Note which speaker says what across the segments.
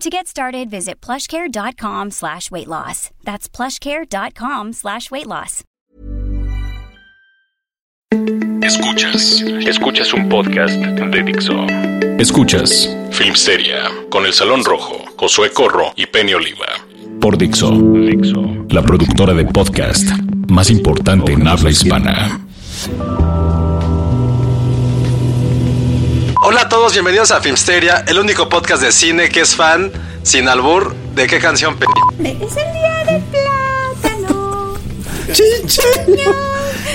Speaker 1: To get started, visit plushcare.com slash weight loss. That's plushcare.com slash weight loss.
Speaker 2: Escuchas, escuchas un podcast de Dixo. Escuchas Filmsteria con El Salón Rojo, Josué Corro y Penny Oliva. Por Dixo, la productora de podcast más importante en habla hispana.
Speaker 3: Hola a todos, bienvenidos a Filmsteria, el único podcast de cine que es fan, sin albur, de qué canción pe...
Speaker 4: Es el día del plátano.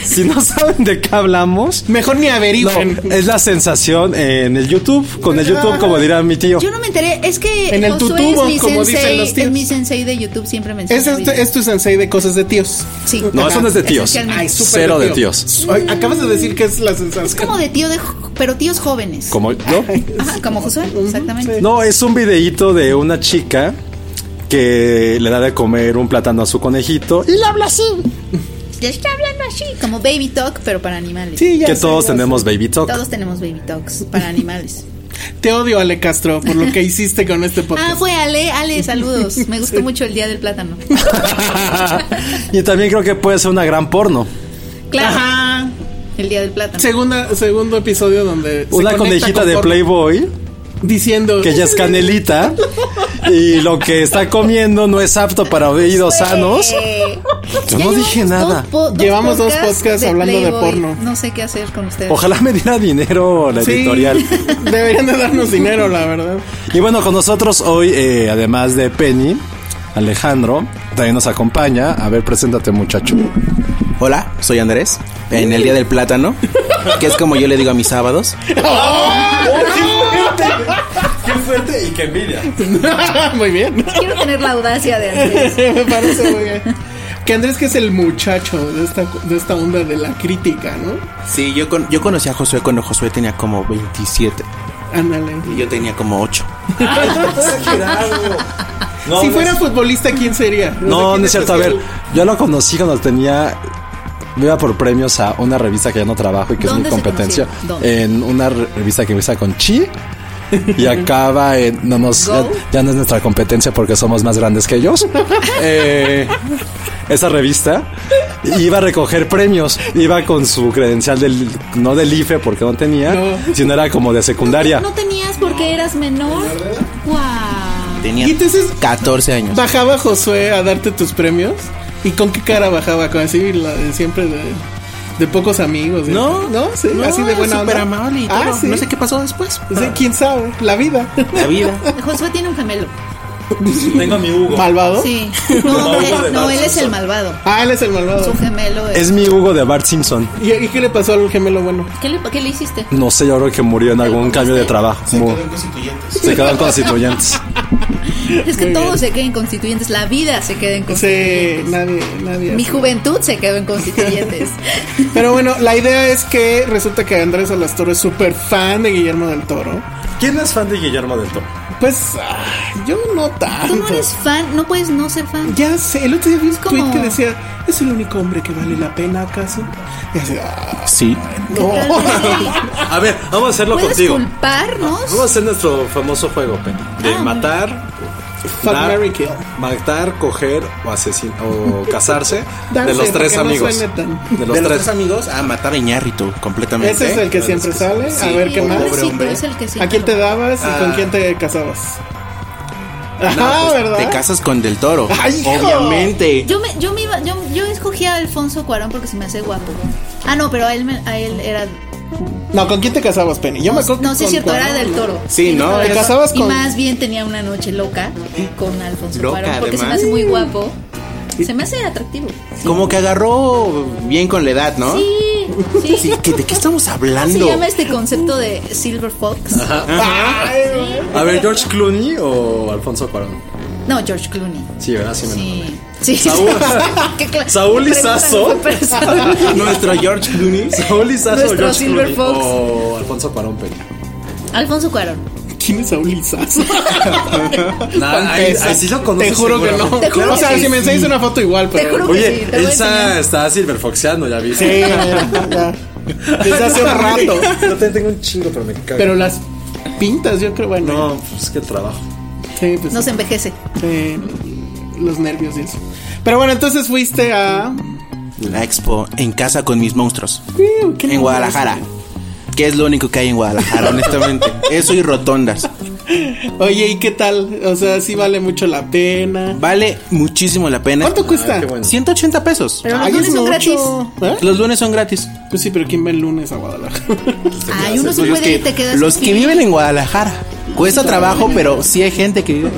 Speaker 5: Si no saben de qué hablamos,
Speaker 6: Mejor ni
Speaker 5: no,
Speaker 6: averigüen.
Speaker 5: es la sensación en el YouTube, con el YouTube, como dirá mi tío.
Speaker 4: Yo no me enteré, es que
Speaker 6: En el
Speaker 4: Josué
Speaker 6: tutubo,
Speaker 4: es mi
Speaker 6: como dicen
Speaker 4: sensei,
Speaker 6: los tíos.
Speaker 4: es mi sensei de YouTube, siempre me
Speaker 6: Es, este- es tu sensei de cosas de tíos.
Speaker 4: Sí.
Speaker 5: No, eso no es de tíos.
Speaker 4: Esencialmente.
Speaker 6: Ay, súper
Speaker 5: Cero de
Speaker 6: tío.
Speaker 5: tíos.
Speaker 6: Ay, acabas de decir que es la sensación.
Speaker 4: Como de tío de jo- pero tíos jóvenes.
Speaker 5: Como yo.
Speaker 4: Ajá, como Josué, exactamente.
Speaker 5: No, es un videíto de una chica que le da de comer un plátano a su conejito y la
Speaker 4: Ya está hablando así, como baby talk, pero para animales.
Speaker 6: Sí, ya
Speaker 5: que
Speaker 6: sé,
Speaker 5: todos
Speaker 6: ya
Speaker 5: tenemos baby talk.
Speaker 4: Todos tenemos baby talks para animales.
Speaker 6: sé. Te odio, Ale Castro, por lo que hiciste con este podcast.
Speaker 4: Ah, fue Ale, Ale, saludos. Me gustó mucho el día del plátano.
Speaker 5: y también creo que puede ser una gran porno.
Speaker 4: Claro,
Speaker 6: Ajá.
Speaker 4: el día del plátano.
Speaker 6: Segunda, segundo episodio donde. se
Speaker 5: Una
Speaker 6: conecta
Speaker 5: conejita
Speaker 6: con
Speaker 5: de
Speaker 6: Thor
Speaker 5: Playboy
Speaker 6: Diciendo.
Speaker 5: que ella es canelita y lo que está comiendo no es apto para oídos sanos.
Speaker 4: Eh,
Speaker 5: Yo
Speaker 4: ya
Speaker 5: no
Speaker 4: llevamos
Speaker 5: dije
Speaker 4: dos
Speaker 5: nada.
Speaker 4: po-
Speaker 6: Llevamos dos podcasts hablando de
Speaker 4: Playboy.
Speaker 6: porno.
Speaker 4: No sé qué hacer con ustedes.
Speaker 5: Ojalá me diera dinero la
Speaker 6: Sí.
Speaker 5: editorial.
Speaker 6: Deberían de darnos dinero, la verdad.
Speaker 5: Y bueno, con nosotros hoy, eh, además de Penny, Alejandro, también nos acompaña. A ver, preséntate, muchacho.
Speaker 7: Hola, soy Andrés. En el día del plátano, que es como yo le digo a mis sábados.
Speaker 5: ¡Qué fuerte y qué envidia!
Speaker 6: muy bien.
Speaker 4: Quiero tener la audacia de Andrés.
Speaker 6: Me parece muy bien. Que Andrés, que es el muchacho de esta, de esta onda de la crítica, ¿no?
Speaker 7: Sí, yo, con- yo conocí a Josué cuando Josué tenía como 27
Speaker 6: Ándale.
Speaker 7: y yo tenía como 8.
Speaker 5: No,
Speaker 6: si
Speaker 5: no
Speaker 6: fuera
Speaker 5: es-
Speaker 6: futbolista, ¿quién sería?
Speaker 5: No,
Speaker 6: sé
Speaker 5: no es
Speaker 6: quién
Speaker 5: cierto. A ver,
Speaker 6: el-
Speaker 5: yo lo conocí cuando tenía. me Iba por premios a una revista que ya no trabajo y que es mi
Speaker 4: ¿Dónde se
Speaker 5: competencia.
Speaker 4: conocieron? ¿Dónde?
Speaker 5: En una re- revista que empieza con Chi y acaba en. No nos, ya,
Speaker 4: Go.
Speaker 5: ya no es nuestra competencia porque somos más grandes que ellos. Eh, esa revista iba a recoger premios. Iba con su credencial del. No del IFE porque no tenía,
Speaker 6: No.
Speaker 5: sino era como de secundaria.
Speaker 4: No tenías porque eras menor. Wow.
Speaker 7: Tenía
Speaker 6: Y entonces
Speaker 7: 14 años.
Speaker 6: bajaba Josué a darte tus premios. ¿Y con qué cara bajaba? Con así la de siempre de, de pocos amigos. ¿eh?
Speaker 7: No,
Speaker 6: no, sí, así de buena
Speaker 7: súper
Speaker 6: onda.
Speaker 7: amable y todo.
Speaker 6: Ah, sí.
Speaker 7: No sé qué pasó después.
Speaker 6: Sí, quién sabe, la vida.
Speaker 7: La vida.
Speaker 4: Josué tiene un gemelo.
Speaker 5: Tengo mi Hugo.
Speaker 6: ¿Malvado?
Speaker 4: Sí. No,
Speaker 5: Malvado
Speaker 4: él,
Speaker 5: de
Speaker 4: no,
Speaker 5: Bart
Speaker 4: él es el
Speaker 5: Simpson.
Speaker 4: malvado.
Speaker 6: Ah, él es el malvado.
Speaker 4: Su gemelo es.
Speaker 5: Es mi Hugo de Bart Simpson.
Speaker 6: ¿Y, y qué le pasó al gemelo bueno?
Speaker 4: ¿Qué, le, ¿Qué le hiciste?
Speaker 5: No sé, yo creo que murió en algún cambio de trabajo. Mu- Se quedaron constituyentes.
Speaker 4: Es que todos se queden constituyentes. La vida se queda en
Speaker 6: Sí,
Speaker 4: constituyentes.
Speaker 6: nadie, nadie.
Speaker 4: Mi juventud se quedó en constituyentes.
Speaker 6: Pero bueno, la idea es que resulta que Andrés Alastoro es súper fan de Guillermo del Toro.
Speaker 5: ¿Quién es fan de Guillermo del Toro?
Speaker 6: Pues ah, yo no tanto.
Speaker 4: Tú no eres fan, no puedes no ser fan.
Speaker 6: Ya sé, el otro día vi un
Speaker 4: como-
Speaker 6: tweet que decía, ¿es el único hombre que vale la pena acaso? Y así, ah,
Speaker 7: Sí.
Speaker 6: no.
Speaker 5: A ver, vamos a hacerlo
Speaker 4: Puedes
Speaker 5: contigo.
Speaker 4: culparnos.
Speaker 5: Vamos a hacer nuestro famoso juego, Penny. De
Speaker 4: Ah,
Speaker 5: matar,
Speaker 6: Fuck,
Speaker 5: dar-
Speaker 6: marry, kill.
Speaker 5: matar, coger o asesinar o casarse
Speaker 6: Darse,
Speaker 5: de los tres
Speaker 6: porque no
Speaker 5: amigos.
Speaker 6: suene tan-
Speaker 5: de
Speaker 7: De
Speaker 5: los tres.
Speaker 7: amigos a matar a Iñárritu completamente. ¿eh?
Speaker 6: Ese es el que siempre sale. a ver qué más.
Speaker 4: pobrecito, es el que siempre
Speaker 6: ¿A quién te
Speaker 4: lo-
Speaker 6: dabas y con quién te casabas? Ajá,
Speaker 7: Ah. pues,
Speaker 6: ¿verdad?
Speaker 7: Te casas con Del Toro.
Speaker 6: ¡Ay, hijo!
Speaker 7: Obviamente.
Speaker 4: Yo me, yo me iba, yo, yo escogí a Alfonso Cuarón porque se me hace guapo. Ah, no, pero a él, me- a él era.
Speaker 6: No, ¿con quién te casabas, Penny? Yo me acuerdo.
Speaker 4: Pues, No,
Speaker 6: que
Speaker 4: sí es cierto,
Speaker 6: con
Speaker 4: era
Speaker 6: Cuarón,
Speaker 4: del
Speaker 6: ¿no?
Speaker 4: toro.
Speaker 7: Sí, ¿no?
Speaker 4: era del
Speaker 6: ¿Te
Speaker 4: Toro.
Speaker 6: casabas
Speaker 4: Y
Speaker 6: con-
Speaker 4: más bien tenía una noche loca con Alfonso
Speaker 7: Loca,
Speaker 4: Cuarón porque se me
Speaker 7: además.
Speaker 4: hace muy guapo. Se me hace atractivo.
Speaker 7: Como que agarró bien con la edad, ¿no?
Speaker 4: Sí, sí.
Speaker 7: Sí, ¿que- ¿De qué estamos
Speaker 4: ¿Cómo se
Speaker 7: hablando?
Speaker 4: llama este concepto de Silver Fox?
Speaker 5: A ver, George Clooney o Alfonso Cuarón.
Speaker 4: No, George Clooney.
Speaker 5: Sí, ¿verdad? Sí, me lo
Speaker 4: Sí. Sí.
Speaker 5: Saúl-
Speaker 4: Qué cla-
Speaker 5: Saúl
Speaker 4: qué pregunta
Speaker 5: Lizazo.
Speaker 4: de persona.
Speaker 7: Nuestro George Clooney.
Speaker 5: Saúl Lizazo
Speaker 4: Nuestro
Speaker 5: o George
Speaker 4: Silver
Speaker 5: Clooney
Speaker 4: Fox.
Speaker 5: o Alfonso Cuarón Peña.
Speaker 4: Alfonso Cuarón.
Speaker 6: ¿Quién es Saúl Lizazo?
Speaker 5: Nah, ahí- ahí sí lo conoces
Speaker 6: Te juro que no.
Speaker 5: seguramente.
Speaker 4: Te juro
Speaker 6: o sea,
Speaker 4: que
Speaker 6: si
Speaker 4: sí.
Speaker 6: me enseñas una foto igual, pero.
Speaker 4: Te juro que sí.
Speaker 5: Oye,
Speaker 4: te voy a enseñar.
Speaker 5: Elsa está silverfoxeando, ya
Speaker 6: Sí,
Speaker 5: viste.
Speaker 6: ya, ya, ya. Desde hace un rato.
Speaker 5: No te tengo un chingo, pero me cago.
Speaker 6: Pero las pintas, yo creo, bueno.
Speaker 5: no, pues es que el trabajo.
Speaker 6: Sí, pues.
Speaker 4: No se envejece.
Speaker 6: eh, los nervios y eso. Pero bueno, entonces fuiste a. eh,
Speaker 7: La expo en casa con mis monstruos.
Speaker 6: ¿qué
Speaker 7: En Guadalajara. Que es lo único que hay en Guadalajara, honestamente. Eso y rotondas.
Speaker 6: Oye, ¿y qué tal? O sea, sí vale mucho la pena.
Speaker 7: Vale muchísimo la pena.
Speaker 6: ¿Cuánto cuesta?
Speaker 5: Ah, qué bueno.
Speaker 7: 180 pesos.
Speaker 4: Pero los
Speaker 6: Ay,
Speaker 4: lunes
Speaker 6: es
Speaker 4: son gratis.
Speaker 6: mucho. ¿Eh?
Speaker 7: Los lunes son gratis.
Speaker 6: Pues sí, pero ¿quién va el lunes a Guadalajara?
Speaker 4: Ay,
Speaker 6: Pues
Speaker 4: uno se puede y te quedas.
Speaker 7: Los que
Speaker 4: sin-
Speaker 7: viven en Guadalajara. Cuesta trabajo, pero sí hay gente que vive.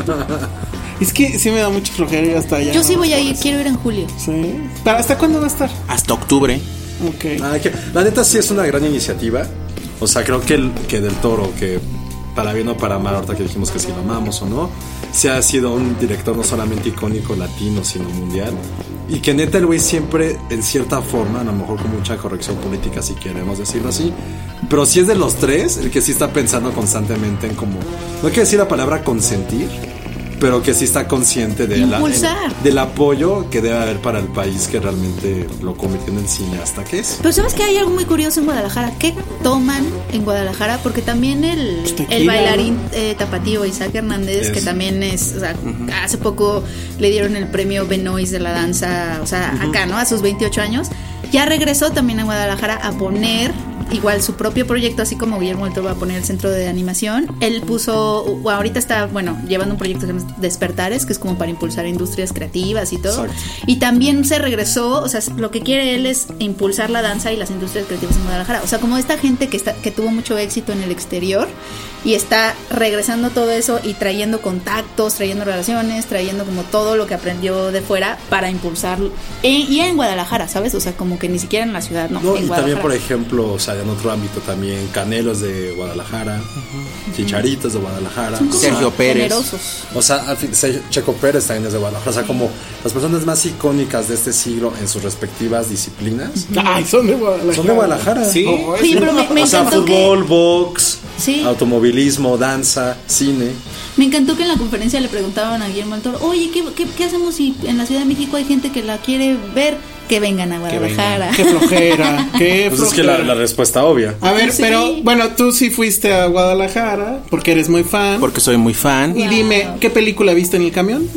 Speaker 6: es que sí me da mucho flojera ir hasta allá.
Speaker 4: Yo
Speaker 6: ¿no?
Speaker 4: sí voy a ir, quiero ir en julio.
Speaker 6: Sí. ¿Para hasta cuándo va a estar?
Speaker 7: Hasta octubre.
Speaker 6: Ok.
Speaker 5: Ah, que- la neta sí es una gran iniciativa. O sea, creo que, el- que Del Toro, que para bien o para mal, ahorita que dijimos que si lo amamos o no, se ha sido un director no solamente icónico latino, sino mundial. Y que neta el güey siempre, en cierta forma, a lo mejor con mucha corrección política, si queremos decirlo así, pero si es de los tres, el que sí está pensando constantemente en como, no quiero decir la palabra consentir, pero que sí está consciente de la-
Speaker 4: Impulsar.
Speaker 5: del apoyo que debe haber para el país que realmente lo convirtió en el cineasta que es.
Speaker 4: Pero sabes que hay algo muy curioso en Guadalajara. ¿Qué toman en Guadalajara? Porque también el, el bailarín eh, tapatío Isaac Hernández,
Speaker 5: Pues Es.
Speaker 4: que también es, o sea, hace poco le dieron el premio Benoist de la danza, o sea, acá, ¿no? A sus 28 años, ya regresó también a Guadalajara a poner igual su propio proyecto, así como Guillermo del Toro va a poner el centro de animación. Él puso, o ahorita está, bueno, llevando un proyecto que se llama Despertares, que es como para impulsar industrias creativas y todo.
Speaker 5: Exacto.
Speaker 4: Y también se regresó, o sea, lo que quiere él es impulsar la danza y las industrias creativas en Guadalajara. O sea, como esta gente que, está, que tuvo mucho éxito en el exterior y está regresando todo eso y trayendo contactos, trayendo relaciones, trayendo como todo lo que aprendió de fuera para impulsarlo. E- y en Guadalajara, ¿sabes? O sea, como que ni siquiera en la ciudad, no.
Speaker 5: No,
Speaker 4: en
Speaker 5: y también,
Speaker 4: Guadalajara.
Speaker 5: por ejemplo, o sea, en otro ámbito también, Canelos de Guadalajara, Chicharitos de Guadalajara, o sea,
Speaker 7: Sergio Pérez.
Speaker 4: Generosos.
Speaker 5: O sea, al fin- se- Checo Pérez también es de Guadalajara, o sea, como las personas más icónicas de este siglo en sus respectivas disciplinas
Speaker 6: Ay, son de Guadalajara.
Speaker 5: Ah. son de Guadalajara. Oh, Sí.
Speaker 4: Oye, pero me, me
Speaker 5: o sea,
Speaker 4: encantó que...
Speaker 5: fútbol, box,
Speaker 4: Sí.
Speaker 5: automovilismo, danza, cine.
Speaker 4: Me encantó que en la conferencia le preguntaban a Guillermo del Toro, oye, ¿qué, qué, qué hacemos si en la Ciudad de México hay gente que la quiere ver? Que vengan a Guadalajara.
Speaker 6: Qué flojera. Qué
Speaker 5: Pues es que
Speaker 6: flojera.
Speaker 5: la, la respuesta obvia.
Speaker 6: A ver,
Speaker 4: Sí.
Speaker 6: pero bueno, tú sí fuiste a Guadalajara porque eres muy fan.
Speaker 7: Porque soy muy fan.
Speaker 6: Y dime, ¿qué película viste en el camión?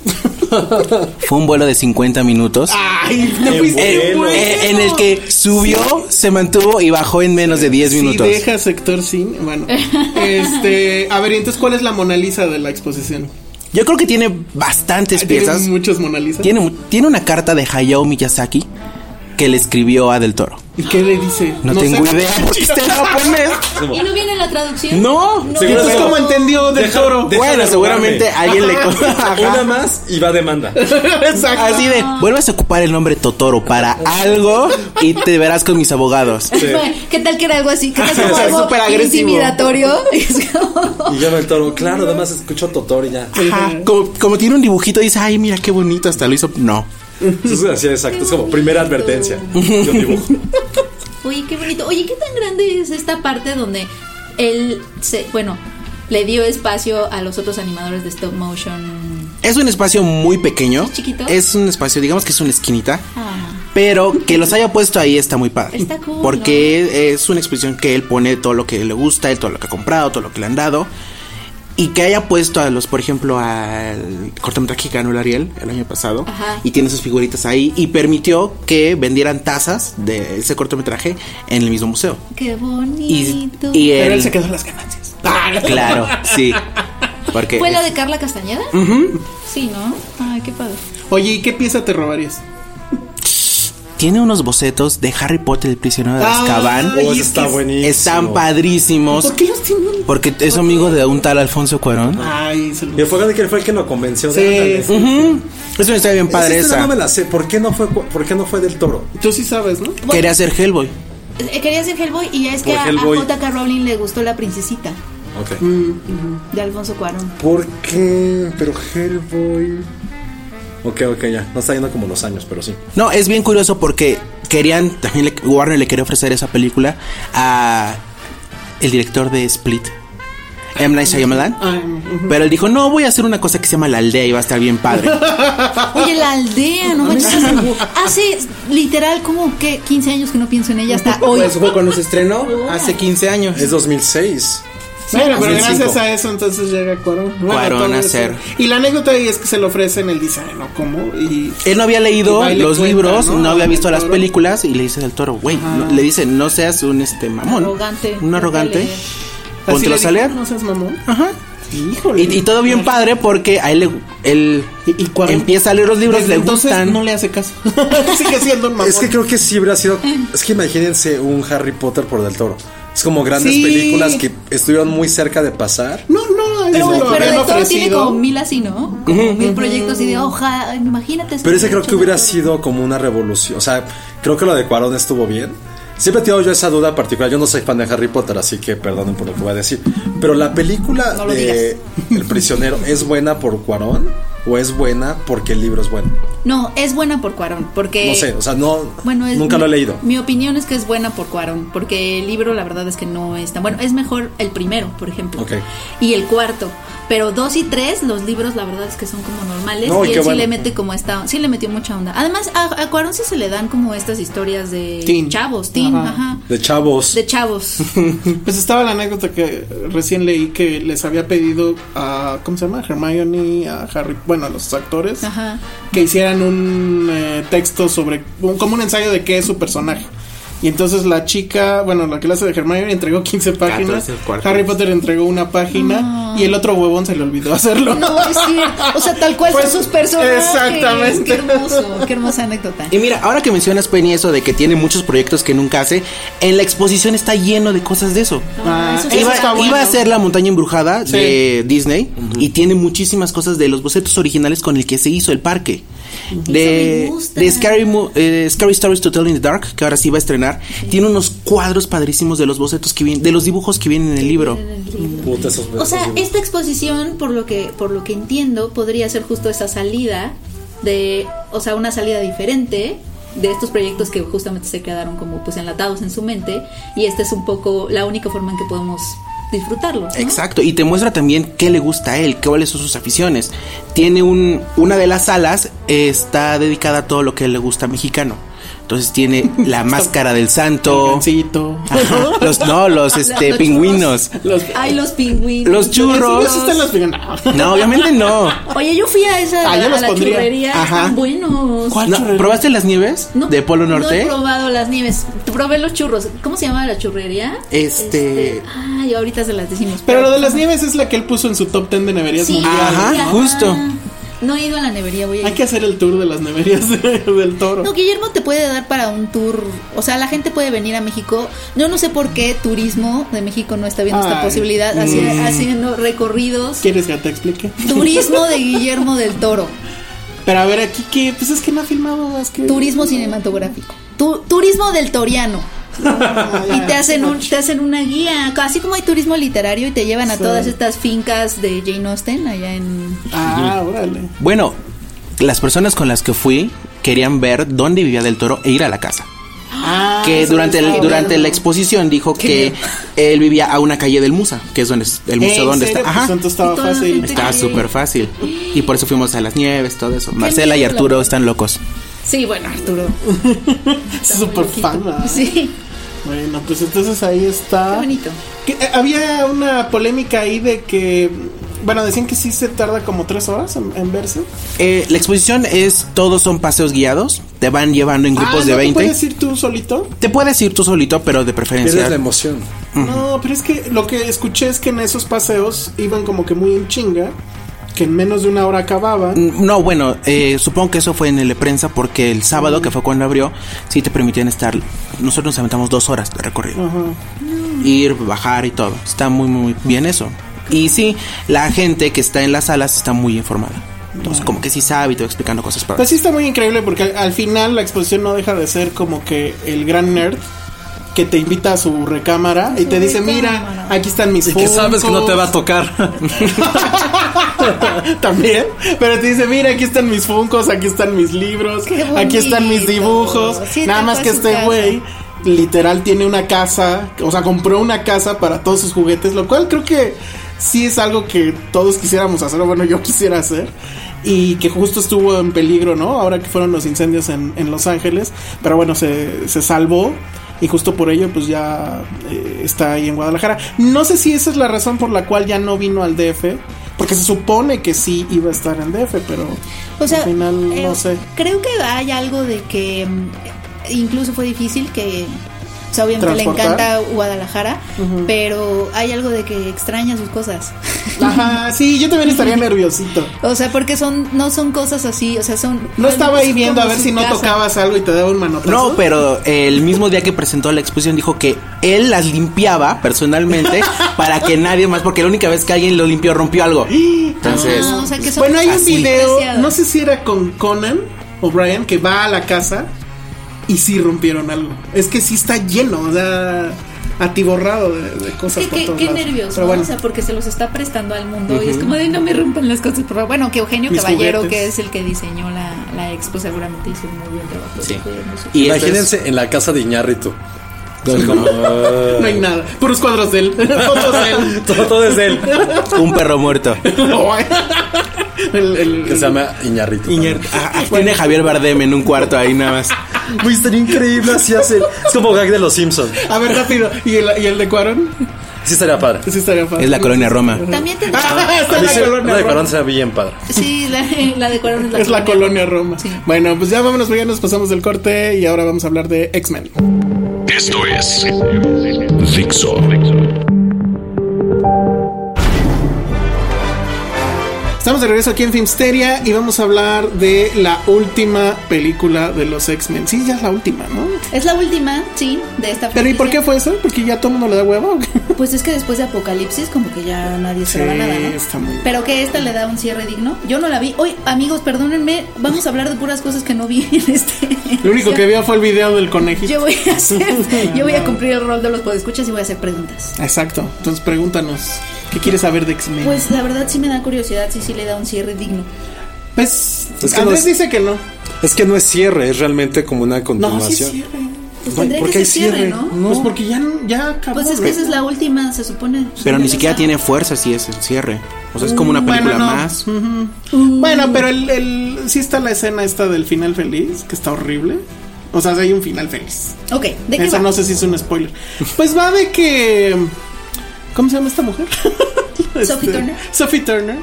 Speaker 7: Fue un vuelo de 50 minutos.
Speaker 6: Ay, te fuiste
Speaker 7: Eh,
Speaker 6: en Ah, vuelo.
Speaker 7: eh, en el que subió, se mantuvo y bajó en menos de 10
Speaker 6: Si
Speaker 7: minutos.
Speaker 6: deja sector cine, bueno. Este, a ver, ¿y entonces ¿cuál es la Mona Lisa de la exposición?
Speaker 7: Yo creo que tiene bastantes
Speaker 6: ¿Tienes
Speaker 7: piezas.
Speaker 6: muchos Mona Lisa?
Speaker 7: Tiene, mu- tiene una carta de Hayao Miyazaki que le escribió a Del Toro.
Speaker 6: ¿Y qué le dice?
Speaker 7: No, tengo idea porque está en japonés.
Speaker 4: ¿Y no viene la traducción?
Speaker 7: No.
Speaker 4: No.
Speaker 6: ¿Y
Speaker 5: Seguro
Speaker 6: entonces
Speaker 5: es
Speaker 6: cómo
Speaker 5: como-
Speaker 6: entendió del
Speaker 5: Deja-
Speaker 6: toro?
Speaker 5: deja
Speaker 7: bueno,
Speaker 5: de
Speaker 7: seguramente
Speaker 5: robarme.
Speaker 7: alguien le...
Speaker 5: Una más y va a demanda.
Speaker 6: Exacto.
Speaker 7: Así de, vuelves a ocupar el nombre Totoro para algo y te verás con mis abogados.
Speaker 4: ¿Qué tal que era algo así? ¿Qué tal como
Speaker 6: O sea,
Speaker 4: algo
Speaker 6: súper agresivo.
Speaker 4: intimidatorio? Es como-
Speaker 5: Y llama el toro. Claro, además escucho Totor y ya.
Speaker 7: Ajá. Como, como tiene un dibujito, dice, ay, mira qué bonito, hasta lo hizo. No.
Speaker 5: Eso es así, exacto. Es como primera advertencia. Yo dibujo.
Speaker 4: Oye, qué bonito. Oye, ¿qué tan grande es esta parte donde él se, bueno, le dio espacio a los otros animadores de stop motion?
Speaker 7: Es un espacio muy pequeño.
Speaker 4: chiquito?
Speaker 7: Es un espacio, digamos que es una esquinita.
Speaker 4: Ah,
Speaker 7: Pero que los haya puesto ahí está muy padre.
Speaker 4: Está cool,
Speaker 7: Porque es una exposición que él pone todo lo que le gusta, todo lo que ha comprado, todo lo que le han dado. Y que haya puesto a los, por ejemplo, al cortometraje que ganó el Ariel el año pasado.
Speaker 4: Ajá.
Speaker 7: Y tiene sus figuritas ahí. Y permitió que vendieran tazas de ese cortometraje en el mismo museo.
Speaker 4: qué
Speaker 7: Y,
Speaker 4: bonito.
Speaker 7: y
Speaker 6: Pero
Speaker 7: él-
Speaker 6: él se quedó en las ganancias.
Speaker 7: Claro, sí. Porque
Speaker 4: ¿Fue la
Speaker 7: es-
Speaker 4: de Carla Castañeda?
Speaker 7: Ujú.
Speaker 4: Sí, ¿no? Ay, qué padre.
Speaker 6: Oye, ¿y qué pieza te robarías?
Speaker 7: Tiene unos bocetos de Harry Potter, el prisionero de
Speaker 6: Ah,
Speaker 7: Azkaban.
Speaker 6: Oye,
Speaker 5: Oh,
Speaker 6: es
Speaker 5: ese
Speaker 6: que
Speaker 5: está
Speaker 6: es-
Speaker 5: buenísimo.
Speaker 7: Están padrísimos.
Speaker 6: ¿Por qué los tienen?
Speaker 7: Porque es amigo de un tal Alfonso Cuarón.
Speaker 4: Ah,
Speaker 6: Ay, se
Speaker 5: Y
Speaker 6: lo...
Speaker 5: el fuego de que fue el que lo convenció
Speaker 6: Sí,
Speaker 5: de
Speaker 6: sí.
Speaker 7: Ujú. Es una historia bien padre
Speaker 5: Esa historia
Speaker 7: esa.
Speaker 5: no me la sé. ¿Por qué no fue, cu- por qué no fue del toro?
Speaker 6: Tú sí sabes, ¿no?
Speaker 7: Quería ser Hellboy.
Speaker 4: Eh, Quería ser Hellboy y es que
Speaker 5: Por
Speaker 4: a, a
Speaker 5: Hellboy.
Speaker 4: J.K. Rowling le gustó La Princesita
Speaker 5: Ok.
Speaker 4: de Alfonso Cuarón.
Speaker 5: Mm, ¿Por qué? Pero Hellboy. Ok, ok, ya. No está yendo como los años, pero sí.
Speaker 7: No, es bien curioso porque querían, también le- Warner le quería ofrecer esa película a el director de Split, M. Night Shyamalan.
Speaker 6: Ay, ujú.
Speaker 7: Pero él dijo, no, voy a hacer una cosa que se llama La Aldea y va a estar bien padre.
Speaker 4: Oye, la aldea, no manches. Hace, hace ah, literal como que 15 años que no pienso en ella hasta hoy.
Speaker 5: Pues,
Speaker 7: Eso fue cuando se estrenó hace 15 años.
Speaker 5: Es 2006.
Speaker 6: Bueno, pero
Speaker 5: 2005.
Speaker 6: gracias a eso entonces llega Cuarón. Bueno,
Speaker 7: Cuarón
Speaker 6: todo
Speaker 7: a
Speaker 6: eso.
Speaker 7: ser.
Speaker 6: Y la anécdota ahí es que se le ofrecen el diseño, ¿no? ¿Cómo? Y...
Speaker 7: Él no había
Speaker 6: Y
Speaker 7: leído
Speaker 6: va y le
Speaker 7: los
Speaker 6: cuenta,
Speaker 7: libros,
Speaker 6: ¿no?
Speaker 7: no, había
Speaker 6: Del
Speaker 7: visto las
Speaker 6: Toro.
Speaker 7: películas y le dice al toro, güey, no- le dice, no seas un este mamón.
Speaker 4: Arrogante.
Speaker 7: Un arrogante.
Speaker 4: Ándale.
Speaker 6: Así le
Speaker 7: Póntelos a
Speaker 6: dijo,
Speaker 7: leer.
Speaker 6: No seas mamón.
Speaker 7: Ajá.
Speaker 6: Híjole.
Speaker 7: Y, y todo bien padre porque a él, le- él em,
Speaker 6: Y- y Cuarón-
Speaker 7: empieza a leer los libros,
Speaker 6: Desde
Speaker 7: le
Speaker 6: entonces
Speaker 7: gustan.
Speaker 6: no le hace caso. Sigue siendo un mamón.
Speaker 5: Es que creo que sí hubiera sido. Es que imagínense un Harry Potter por del toro. Es como grandes
Speaker 6: Sí.
Speaker 5: películas que estuvieron muy cerca de pasar.
Speaker 6: No, no, eso
Speaker 4: Pero, pero
Speaker 6: lo habían
Speaker 4: de todo tiene
Speaker 6: ofrecido.
Speaker 4: como mil así, ¿no? Como mil proyectos y de hoja, imagínate.
Speaker 5: Pero ese creo que hubiera sido como una revolución. O sea, creo que lo de Cuarón estuvo bien. Siempre he tenido yo esa duda particular. Yo no soy fan de Harry Potter, así que perdonen por lo que voy a decir. Pero la película
Speaker 4: No lo
Speaker 5: de El prisionero es buena por Cuarón o es buena porque el libro es bueno.
Speaker 4: No, es buena por Cuarón, porque...
Speaker 5: No sé, o sea, no.
Speaker 4: Eh, Bueno, es-
Speaker 5: nunca lo he
Speaker 4: mi-
Speaker 5: leído.
Speaker 4: Mi opinión es que es buena por Cuarón, porque el libro la verdad es que no es tan bueno. Es mejor el primero, por ejemplo.
Speaker 5: Ok.
Speaker 4: Y el cuarto. Pero dos y tres, los libros la verdad es que son como normales.
Speaker 5: No, y
Speaker 4: y él
Speaker 5: qué
Speaker 4: sí
Speaker 5: bueno.
Speaker 4: le mete como esta... Sí le metió mucha onda. Además, a, a Cuarón sí se le dan como estas historias de
Speaker 6: Teen.
Speaker 4: chavos, teen,
Speaker 6: Ajá.
Speaker 4: ajá.
Speaker 5: De chavos.
Speaker 4: De chavos.
Speaker 6: Pues estaba la anécdota que recién leí que les había pedido a, ¿cómo se llama? Hermione, a Harry, bueno, a los actores,
Speaker 4: Ajá.
Speaker 6: que hicieran un eh, texto sobre, un- como un ensayo de qué es su personaje. Y entonces la chica, bueno, la clase de Hermione entregó 15 páginas,
Speaker 7: 14 cuartos.
Speaker 6: Harry Potter entregó una página y el otro huevón se le olvidó hacerlo.
Speaker 4: No, es cierto. O sea, tal cual
Speaker 6: Pues,
Speaker 4: son sus personajes.
Speaker 6: exactamente.
Speaker 4: Qué hermoso, qué hermosa anécdota.
Speaker 7: Y mira, ahora que mencionas Penny eso de que tiene muchos proyectos que nunca hace, en la exposición está lleno de cosas de eso.
Speaker 6: Ah,
Speaker 4: Eso sí
Speaker 7: Iba,
Speaker 4: está
Speaker 7: iba a ser la montaña embrujada
Speaker 6: Sí.
Speaker 7: de Disney y tiene muchísimas cosas de los bocetos originales con el que se hizo el parque. De,
Speaker 4: me gusta.
Speaker 7: de Scary, Mo- eh, Scary Stories to Tell in the Dark, que ahora sí va a estrenar, tiene unos cuadros padrísimos de los bocetos que vienen, de los dibujos que vienen en el libro.
Speaker 5: Puta, esos-
Speaker 4: O sea,
Speaker 5: esos-
Speaker 4: esta exposición, por lo que, por lo que entiendo, podría ser justo esa salida de, o sea, una salida diferente de estos proyectos que justamente se quedaron como pues enlatados en su mente y esta es un poco la única forma en que podemos disfrutarlos. ¿no?
Speaker 7: Exacto, y te muestra también qué le gusta a él, qué cuáles son sus aficiones. Tiene un, una de las salas eh, está dedicada a todo lo que le gusta mexicano. Entonces tiene la máscara del
Speaker 6: El
Speaker 7: santo,
Speaker 6: gancito.
Speaker 7: ajá, los no, los este
Speaker 4: Los
Speaker 7: pingüinos,
Speaker 6: Los-
Speaker 4: Ay, los pingüinos.
Speaker 7: los churros.
Speaker 6: Esos están las no.
Speaker 7: No, obviamente no.
Speaker 4: Oye, yo fui a esa
Speaker 6: Ah, yo
Speaker 4: a
Speaker 6: los
Speaker 4: la
Speaker 6: pondría.
Speaker 4: churrería,
Speaker 7: Ajá.
Speaker 4: están buenos.
Speaker 6: ¿Cuál
Speaker 7: No,
Speaker 6: churrería?
Speaker 7: ¿Probaste las nieves
Speaker 4: No,
Speaker 7: de Polo
Speaker 4: No he
Speaker 7: Norte?
Speaker 4: probado las nieves. Probé los churros. ¿Cómo se llama la churrería?
Speaker 7: Este-
Speaker 4: Ay, ahorita se las decimos.
Speaker 6: Eh, Pero lo de las nieves es la que él puso en su top 10 de neverías
Speaker 4: Sí,
Speaker 6: mundiales.
Speaker 7: Ajá,
Speaker 4: ya.
Speaker 7: justo.
Speaker 4: No he ido a la nevería, voy a
Speaker 6: Hay
Speaker 4: ir.
Speaker 6: que hacer el tour de las neverías de- del toro.
Speaker 4: No, Guillermo te puede dar para un tour. O sea, la gente puede venir a México. Yo no sé por qué Turismo de México no está viendo esta
Speaker 6: Ay.
Speaker 4: posibilidad, haci- haciendo recorridos.
Speaker 6: ¿Quieres que te explique?
Speaker 4: Turismo de Guillermo del Toro.
Speaker 6: Pero a ver, aquí que, pues es que no ha filmado es que.
Speaker 4: Turismo cinematográfico. Tu- turismo del Toriano. Y te hacen, un, te hacen una guía. Así como hay turismo literario y te llevan a
Speaker 6: Sí.
Speaker 4: todas estas fincas de Jane Austen allá en.
Speaker 6: Ah, órale.
Speaker 7: Bueno, las personas con las que fui querían ver dónde vivía del toro e ir a la casa.
Speaker 6: Ah,
Speaker 7: que
Speaker 6: eso
Speaker 7: durante,
Speaker 6: está
Speaker 7: el- durante
Speaker 6: bueno.
Speaker 7: la exposición dijo que
Speaker 4: miedo.
Speaker 7: él vivía a una calle del Musa, que es donde es- el
Speaker 6: ¿En
Speaker 7: museo donde
Speaker 6: serio?
Speaker 7: está.
Speaker 6: Pues
Speaker 7: Ajá.
Speaker 6: entonces estaba
Speaker 4: Y toda la
Speaker 6: fácil.
Speaker 4: gente-
Speaker 7: Estaba
Speaker 4: Sí.
Speaker 7: súper fácil. Y por eso fuimos a las nieves, todo eso. Marcela y
Speaker 4: miedo, la
Speaker 7: Arturo están locos.
Speaker 4: Sí, bueno, Arturo.
Speaker 6: Súper fan. ah.
Speaker 4: Sí,
Speaker 6: Bueno, pues entonces ahí
Speaker 4: qué
Speaker 6: está.
Speaker 4: bonito.
Speaker 6: Que, eh, había una polémica ahí de que. Bueno, decían que sí se tarda como tres horas en, en verse.
Speaker 7: Eh, la exposición es, todos son paseos guiados. Te van llevando en grupos
Speaker 6: Ah,
Speaker 7: de
Speaker 6: ¿no te
Speaker 7: 20.
Speaker 6: ¿Puedes ir tú solito?
Speaker 7: Te puedes ir tú solito, pero de
Speaker 5: Pierdes la
Speaker 7: preferencia.
Speaker 5: emoción.
Speaker 6: No, pero es que lo que escuché es que en esos paseos iban como que muy en chinga, que en menos de una hora acababan.
Speaker 7: Mm, No, bueno, eh, supongo que eso fue en el de prensa porque el sábado, que fue cuando abrió, sí te permitían estar. Nosotros nos aventamos dos horas de recorrido. Ir, bajar y todo. Está muy, muy bien eso. Y sí, la gente que está en las salas está muy informada. Entonces, como que sí sabe y te va explicando cosas para.
Speaker 6: Pues sí está muy increíble porque al, al final la exposición no deja de ser como que el gran nerd que te invita a su recámara y te dice, mira, aquí están mis
Speaker 5: Y que sabes que no te va a
Speaker 6: Funkos".
Speaker 5: tocar.
Speaker 6: También, pero te dice, mira, aquí están mis funcos, aquí están mis libros,
Speaker 4: Qué
Speaker 6: aquí están mis
Speaker 4: bonito.
Speaker 6: dibujos.
Speaker 4: Sí,
Speaker 6: Nada
Speaker 4: tal
Speaker 6: más
Speaker 4: cual
Speaker 6: que
Speaker 4: su
Speaker 6: este
Speaker 4: casa.
Speaker 6: güey literal tiene una casa, o sea, compró una casa para todos sus juguetes, lo cual creo que sí es algo que todos quisiéramos hacer, o bueno, yo quisiera hacer. Y que justo estuvo en peligro, ¿no? Ahora que fueron los incendios en, en Los Ángeles. Pero bueno, se, se salvó. Y justo por ello, pues ya eh, está ahí en Guadalajara. No sé si esa es la razón por la cual ya no vino al DF. Porque se supone que sí iba a estar en DF, pero
Speaker 4: O sea,
Speaker 6: al final
Speaker 4: eh,
Speaker 6: no sé.
Speaker 4: creo que hay algo de que mm, incluso fue difícil que o sea, obviamente le
Speaker 6: Transportar.
Speaker 4: encanta Guadalajara, pero hay algo de que extraña sus cosas.
Speaker 6: Ajá, sí, yo también estaría nerviosito.
Speaker 4: O sea, porque son no son cosas así, o sea, son
Speaker 6: No estaba ahí
Speaker 4: es
Speaker 6: viendo a
Speaker 4: como
Speaker 6: ver
Speaker 4: su
Speaker 6: si no
Speaker 4: casa.
Speaker 6: tocabas algo y te daba un manotazo.
Speaker 7: No, pero el mismo día que presentó la exposición dijo que él las limpiaba personalmente para que nadie más, porque la única vez que alguien lo limpió rompió algo. Entonces,
Speaker 4: Ah, o sea, que son
Speaker 6: Bueno, hay un
Speaker 4: así.
Speaker 6: video,
Speaker 4: Preciadas.
Speaker 6: no sé si era con Conan o Brian, que va a la casa y sí rompieron algo. Es que sí está lleno, o sea, atiborrado de, de
Speaker 8: Es
Speaker 6: cosas
Speaker 8: que
Speaker 6: por
Speaker 8: qué,
Speaker 6: todos
Speaker 8: qué
Speaker 6: lados.
Speaker 8: nervios,
Speaker 6: Pero
Speaker 8: ¿no?
Speaker 6: bueno,
Speaker 8: O sea, porque se los está prestando al mundo y es como de no me rompan las cosas. Pero bueno, que Eugenio
Speaker 6: Mis
Speaker 8: Caballero,
Speaker 6: juguetes.
Speaker 8: que es el que diseñó la, la expo, seguramente hizo un muy buen trabajo.
Speaker 7: Sí.
Speaker 8: Y
Speaker 7: y esto es-
Speaker 5: Imagínense en la casa de Iñárritu. Como, ah,
Speaker 6: no hay nada, puros cuadros de él, fotos de él.
Speaker 5: todo, todo es de él.
Speaker 7: un perro muerto.
Speaker 6: El- el-
Speaker 5: Que se llama Iñárritu.
Speaker 7: Ah, ah, Tiene a Javier Bardem en un cuarto ahí nada más.
Speaker 5: Güey, estaría increíble así hace. Es como gag de los Simpsons.
Speaker 6: a ver, rápido, ¿y el, y el de Cuarón?
Speaker 5: Sí estaría padre.
Speaker 6: Sí estaría fácil.
Speaker 7: Es la colonia Roma.
Speaker 4: También tendría-
Speaker 6: Ah, está
Speaker 5: Dice,
Speaker 6: la colonia
Speaker 5: la de
Speaker 6: Roma.
Speaker 5: Cuarón sería bien padre.
Speaker 4: sí, la,
Speaker 8: la de Cuarón
Speaker 6: Es la colonia Roma.
Speaker 8: Sí.
Speaker 6: Bueno, pues ya vámonos, porque ya nos pasamos del corte y ahora vamos a hablar de X-Men.
Speaker 2: Esto es Dixo.
Speaker 6: Estamos de regreso aquí en Filmsteria y vamos a hablar de la última película de los X-Men. Sí, ya es la última, ¿no?
Speaker 4: es la última, sí, de esta
Speaker 6: Pero ¿y por qué
Speaker 4: franquicia.
Speaker 6: fue eso? Porque ya todo el mundo le da huevo.
Speaker 4: Pues es que después de Apocalipsis como que ya nadie esperaba
Speaker 6: Sí,
Speaker 4: nada, ¿no?
Speaker 6: está muy bien.
Speaker 4: Pero que esta le da un cierre digno. Yo no la vi. Oye, amigos, perdónenme, vamos a hablar de puras cosas que no vi en este.
Speaker 6: Lo único que vio fue el video del conejito.
Speaker 4: Yo voy a hacer, yo voy a cumplir el rol de los podescuchas y voy a hacer preguntas.
Speaker 6: Exacto. Entonces pregúntanos, ¿qué quieres saber de X-Men? Pues,
Speaker 4: Pues la verdad sí me da curiosidad si sí le da un cierre digno.
Speaker 5: Es que
Speaker 6: Pues, Andrés
Speaker 5: no es-
Speaker 6: dice que no.
Speaker 5: Es que no es cierre, es realmente como una
Speaker 6: No, sí es
Speaker 5: continuación.
Speaker 6: cierre.
Speaker 4: Pues
Speaker 5: No,
Speaker 4: tendría
Speaker 5: ¿por
Speaker 4: que
Speaker 5: qué
Speaker 4: ser
Speaker 5: hay
Speaker 4: cierre,
Speaker 5: cierre?
Speaker 4: ¿no?
Speaker 5: No.
Speaker 6: Pues porque ya, ya acabó.
Speaker 4: Pues es que esa es la última, se supone.
Speaker 7: Pero ni
Speaker 4: Ya
Speaker 7: siquiera
Speaker 4: está.
Speaker 7: tiene fuerza si es el cierre. O sea, es como una
Speaker 6: Bueno,
Speaker 7: película
Speaker 6: no.
Speaker 7: más.
Speaker 6: Bueno, pero el, el, sí está la escena esta del final feliz, que está horrible. O sea, sí hay un final feliz.
Speaker 4: Ok, ¿de qué
Speaker 6: Eso
Speaker 4: va?
Speaker 6: no sé si es un spoiler. Pues va de que. ¿Cómo se llama esta mujer? Este,
Speaker 4: Turner.
Speaker 6: Sophie Turner.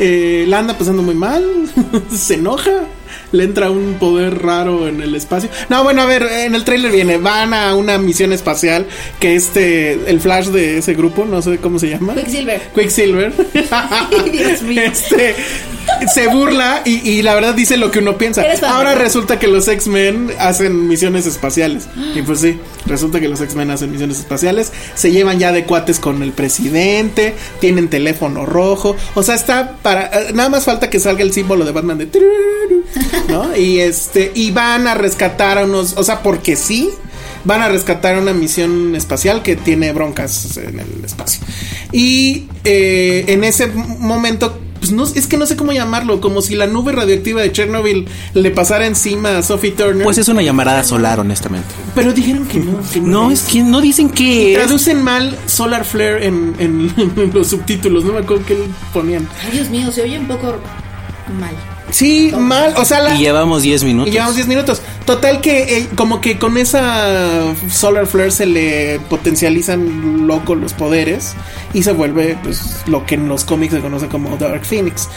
Speaker 6: Eh, la anda pasando muy mal. se enoja. Le entra un poder raro en el espacio. No, bueno, a ver, en el trailer viene. Van a una misión espacial que este. El flash de ese grupo, no sé cómo se llama.
Speaker 4: Quicksilver.
Speaker 6: Quicksilver.
Speaker 4: Dios mío.
Speaker 6: Este, se burla y, y la verdad dice lo que uno piensa.
Speaker 4: Eres fan.
Speaker 6: Ahora resulta que los X-Men hacen misiones espaciales. Y pues sí, resulta que los X-Men hacen misiones espaciales. Se llevan ya de cuates con el presidente. Tienen teléfono rojo. O sea, está para. eh, Nada más falta que salga el símbolo de Batman de. tururú, ¿No? Y este. Y van a rescatar a unos. O sea, porque sí van a rescatar una misión espacial que tiene broncas en el espacio. Y eh, en ese m- momento, pues no, es que no sé cómo llamarlo, como si la nube radioactiva de Chernobyl le pasara encima a Sophie Turner.
Speaker 7: Pues es una llamarada solar, honestamente.
Speaker 6: pero dijeron que no. que
Speaker 7: No, es que no dicen que es.
Speaker 6: Traducen mal Solar Flare en, en- en los subtítulos, no me acuerdo qué le ponían.
Speaker 4: Ay, Dios mío, se oye un poco mal.
Speaker 6: Sí, mal, o sea, la,
Speaker 7: Y llevamos 10
Speaker 6: Y
Speaker 7: minutos.
Speaker 6: llevamos 10 minutos. Total que eh, como que con esa solar flare se le potencializan loco los poderes y se vuelve pues lo que en los cómics se conoce como Dark Phoenix.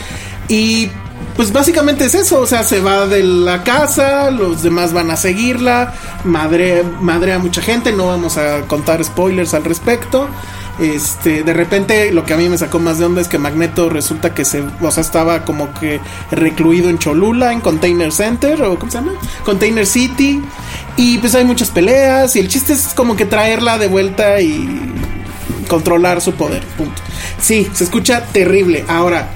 Speaker 6: Y pues básicamente es eso, o sea, se va de la casa, los demás van a seguirla, madre, madre a mucha gente, no vamos a contar spoilers al respecto. Este, de repente lo que a mí me sacó más de onda es que Magneto resulta que se, o sea, estaba como que recluido en Cholula, en Container Center, o ¿cómo se llama? Container City. Y pues hay muchas peleas y el chiste es como que traerla de vuelta y controlar su poder, punto. Sí, se escucha terrible. Ahora,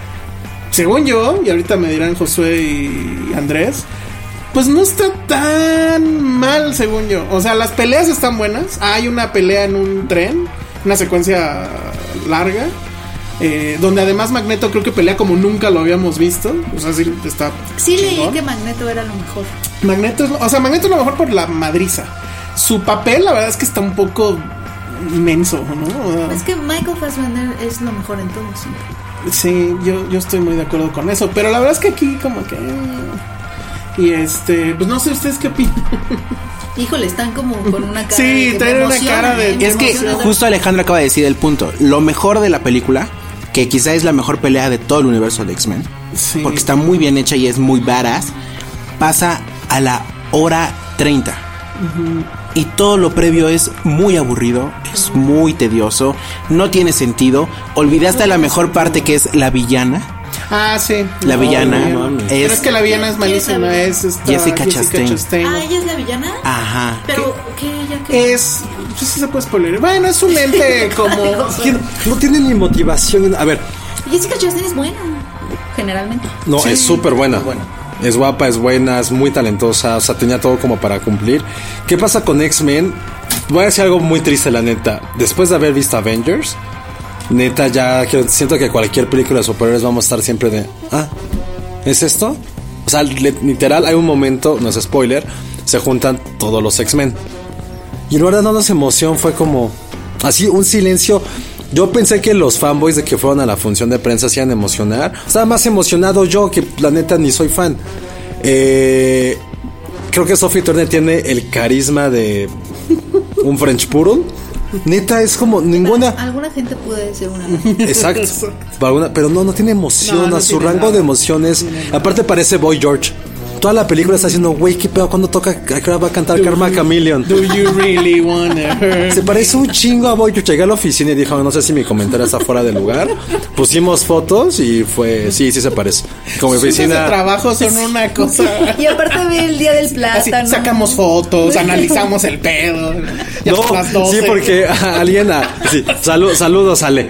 Speaker 6: según yo, y ahorita me dirán Josué y Andrés, pues no está tan mal, según yo. O sea, las peleas están buenas. Hay una pelea en un tren, una secuencia larga, eh, donde además Magneto creo que pelea como nunca lo habíamos visto. O sea, sí, está.
Speaker 4: Sí leí
Speaker 6: chingón.
Speaker 4: que Magneto era lo mejor.
Speaker 6: Magneto, es lo- o sea, Magneto es lo mejor por la madriza. Su papel, la verdad es que está un poco inmenso, ¿no?
Speaker 4: Es que Michael Fassbender es lo mejor en todo siempre.
Speaker 6: Sí, yo, yo estoy muy de acuerdo con eso. Pero la verdad es que aquí, como que. eh, Y este, pues no sé ustedes qué opinan.
Speaker 4: Híjole, están como con una cara
Speaker 6: Sí,
Speaker 4: de que
Speaker 6: traen
Speaker 4: me
Speaker 6: una
Speaker 4: emociona,
Speaker 6: cara de-
Speaker 4: ¿eh? Me
Speaker 7: Es que
Speaker 4: emociona.
Speaker 7: justo Alejandro acaba de decir el punto. Lo mejor de la película, que quizá es la mejor pelea de todo el universo de X-Men,
Speaker 6: Sí.
Speaker 7: porque está muy bien hecha y es muy badass, pasa a la hora 30. Y todo lo previo es muy aburrido, es muy tedioso, no tiene sentido. Olvidaste la mejor parte que es la villana.
Speaker 6: Ah, sí.
Speaker 7: La
Speaker 6: No,
Speaker 7: villana
Speaker 6: no, no.
Speaker 5: mames.
Speaker 7: es.
Speaker 6: Pero es que la villana es
Speaker 4: ¿Quién es la
Speaker 6: malísima.
Speaker 4: villana?
Speaker 6: Es esta
Speaker 7: Jessica Chastain.
Speaker 4: Ah, ella es la villana.
Speaker 7: Ajá.
Speaker 4: Pero, ¿qué? ¿Ya qué?
Speaker 6: Es. pues Sí, sí se puede spoiler. Bueno, es un ente como.
Speaker 5: Es que no tiene ni motivación. en- A ver,
Speaker 4: Jessica Chastain es buena, generalmente.
Speaker 5: no, es súper buena. Es guapa, es buena, es muy talentosa. O sea, tenía todo como para cumplir. ¿Qué pasa con X-Men? Voy a decir algo muy triste, la neta. Después de haber visto Avengers, neta, ya que- siento que cualquier película de superhéroes vamos a estar siempre de. Ah, ¿Es esto? O sea, le- literal, hay un momento, no es spoiler, se juntan todos los X-Men. Y en lugar de darnos emoción, fue como. Así, un silencio. Yo pensé que los fanboys de que fueron a la función de prensa se iban a emocionar. Estaba más emocionado yo, que la neta ni soy fan. Eh, creo que Sophie Turner tiene el carisma de un French Poodle. Neta, es como ninguna.
Speaker 4: Alguna gente puede ser una.
Speaker 5: Exacto. Para alguna- pero no, no tiene emoción.
Speaker 6: No, no
Speaker 5: a su
Speaker 6: tiene
Speaker 5: rango
Speaker 6: nada.
Speaker 5: de emociones. Aparte parece Boy George. Toda la película está haciendo, güey, qué pedo, cuando toca? ¿A qué hora va a cantar Karma Chameleon?
Speaker 6: Do you really wanna hurt?
Speaker 5: Se parece un chingo a Boy George. Llegué a la oficina y dije, no sé si mi comentario está fuera de lugar. Pusimos fotos y fue, sí, sí se parece. Como
Speaker 7: Pues
Speaker 5: mi
Speaker 6: Sus de
Speaker 5: oficina.
Speaker 6: trabajo son una cosa.
Speaker 4: Y aparte ve el día del
Speaker 6: Así,
Speaker 4: plátano.
Speaker 6: sacamos fotos, analizamos el pedo. Ya
Speaker 5: No,
Speaker 6: son las 12.
Speaker 5: sí, porque alguien, a- sí, salu- saludos, Ale.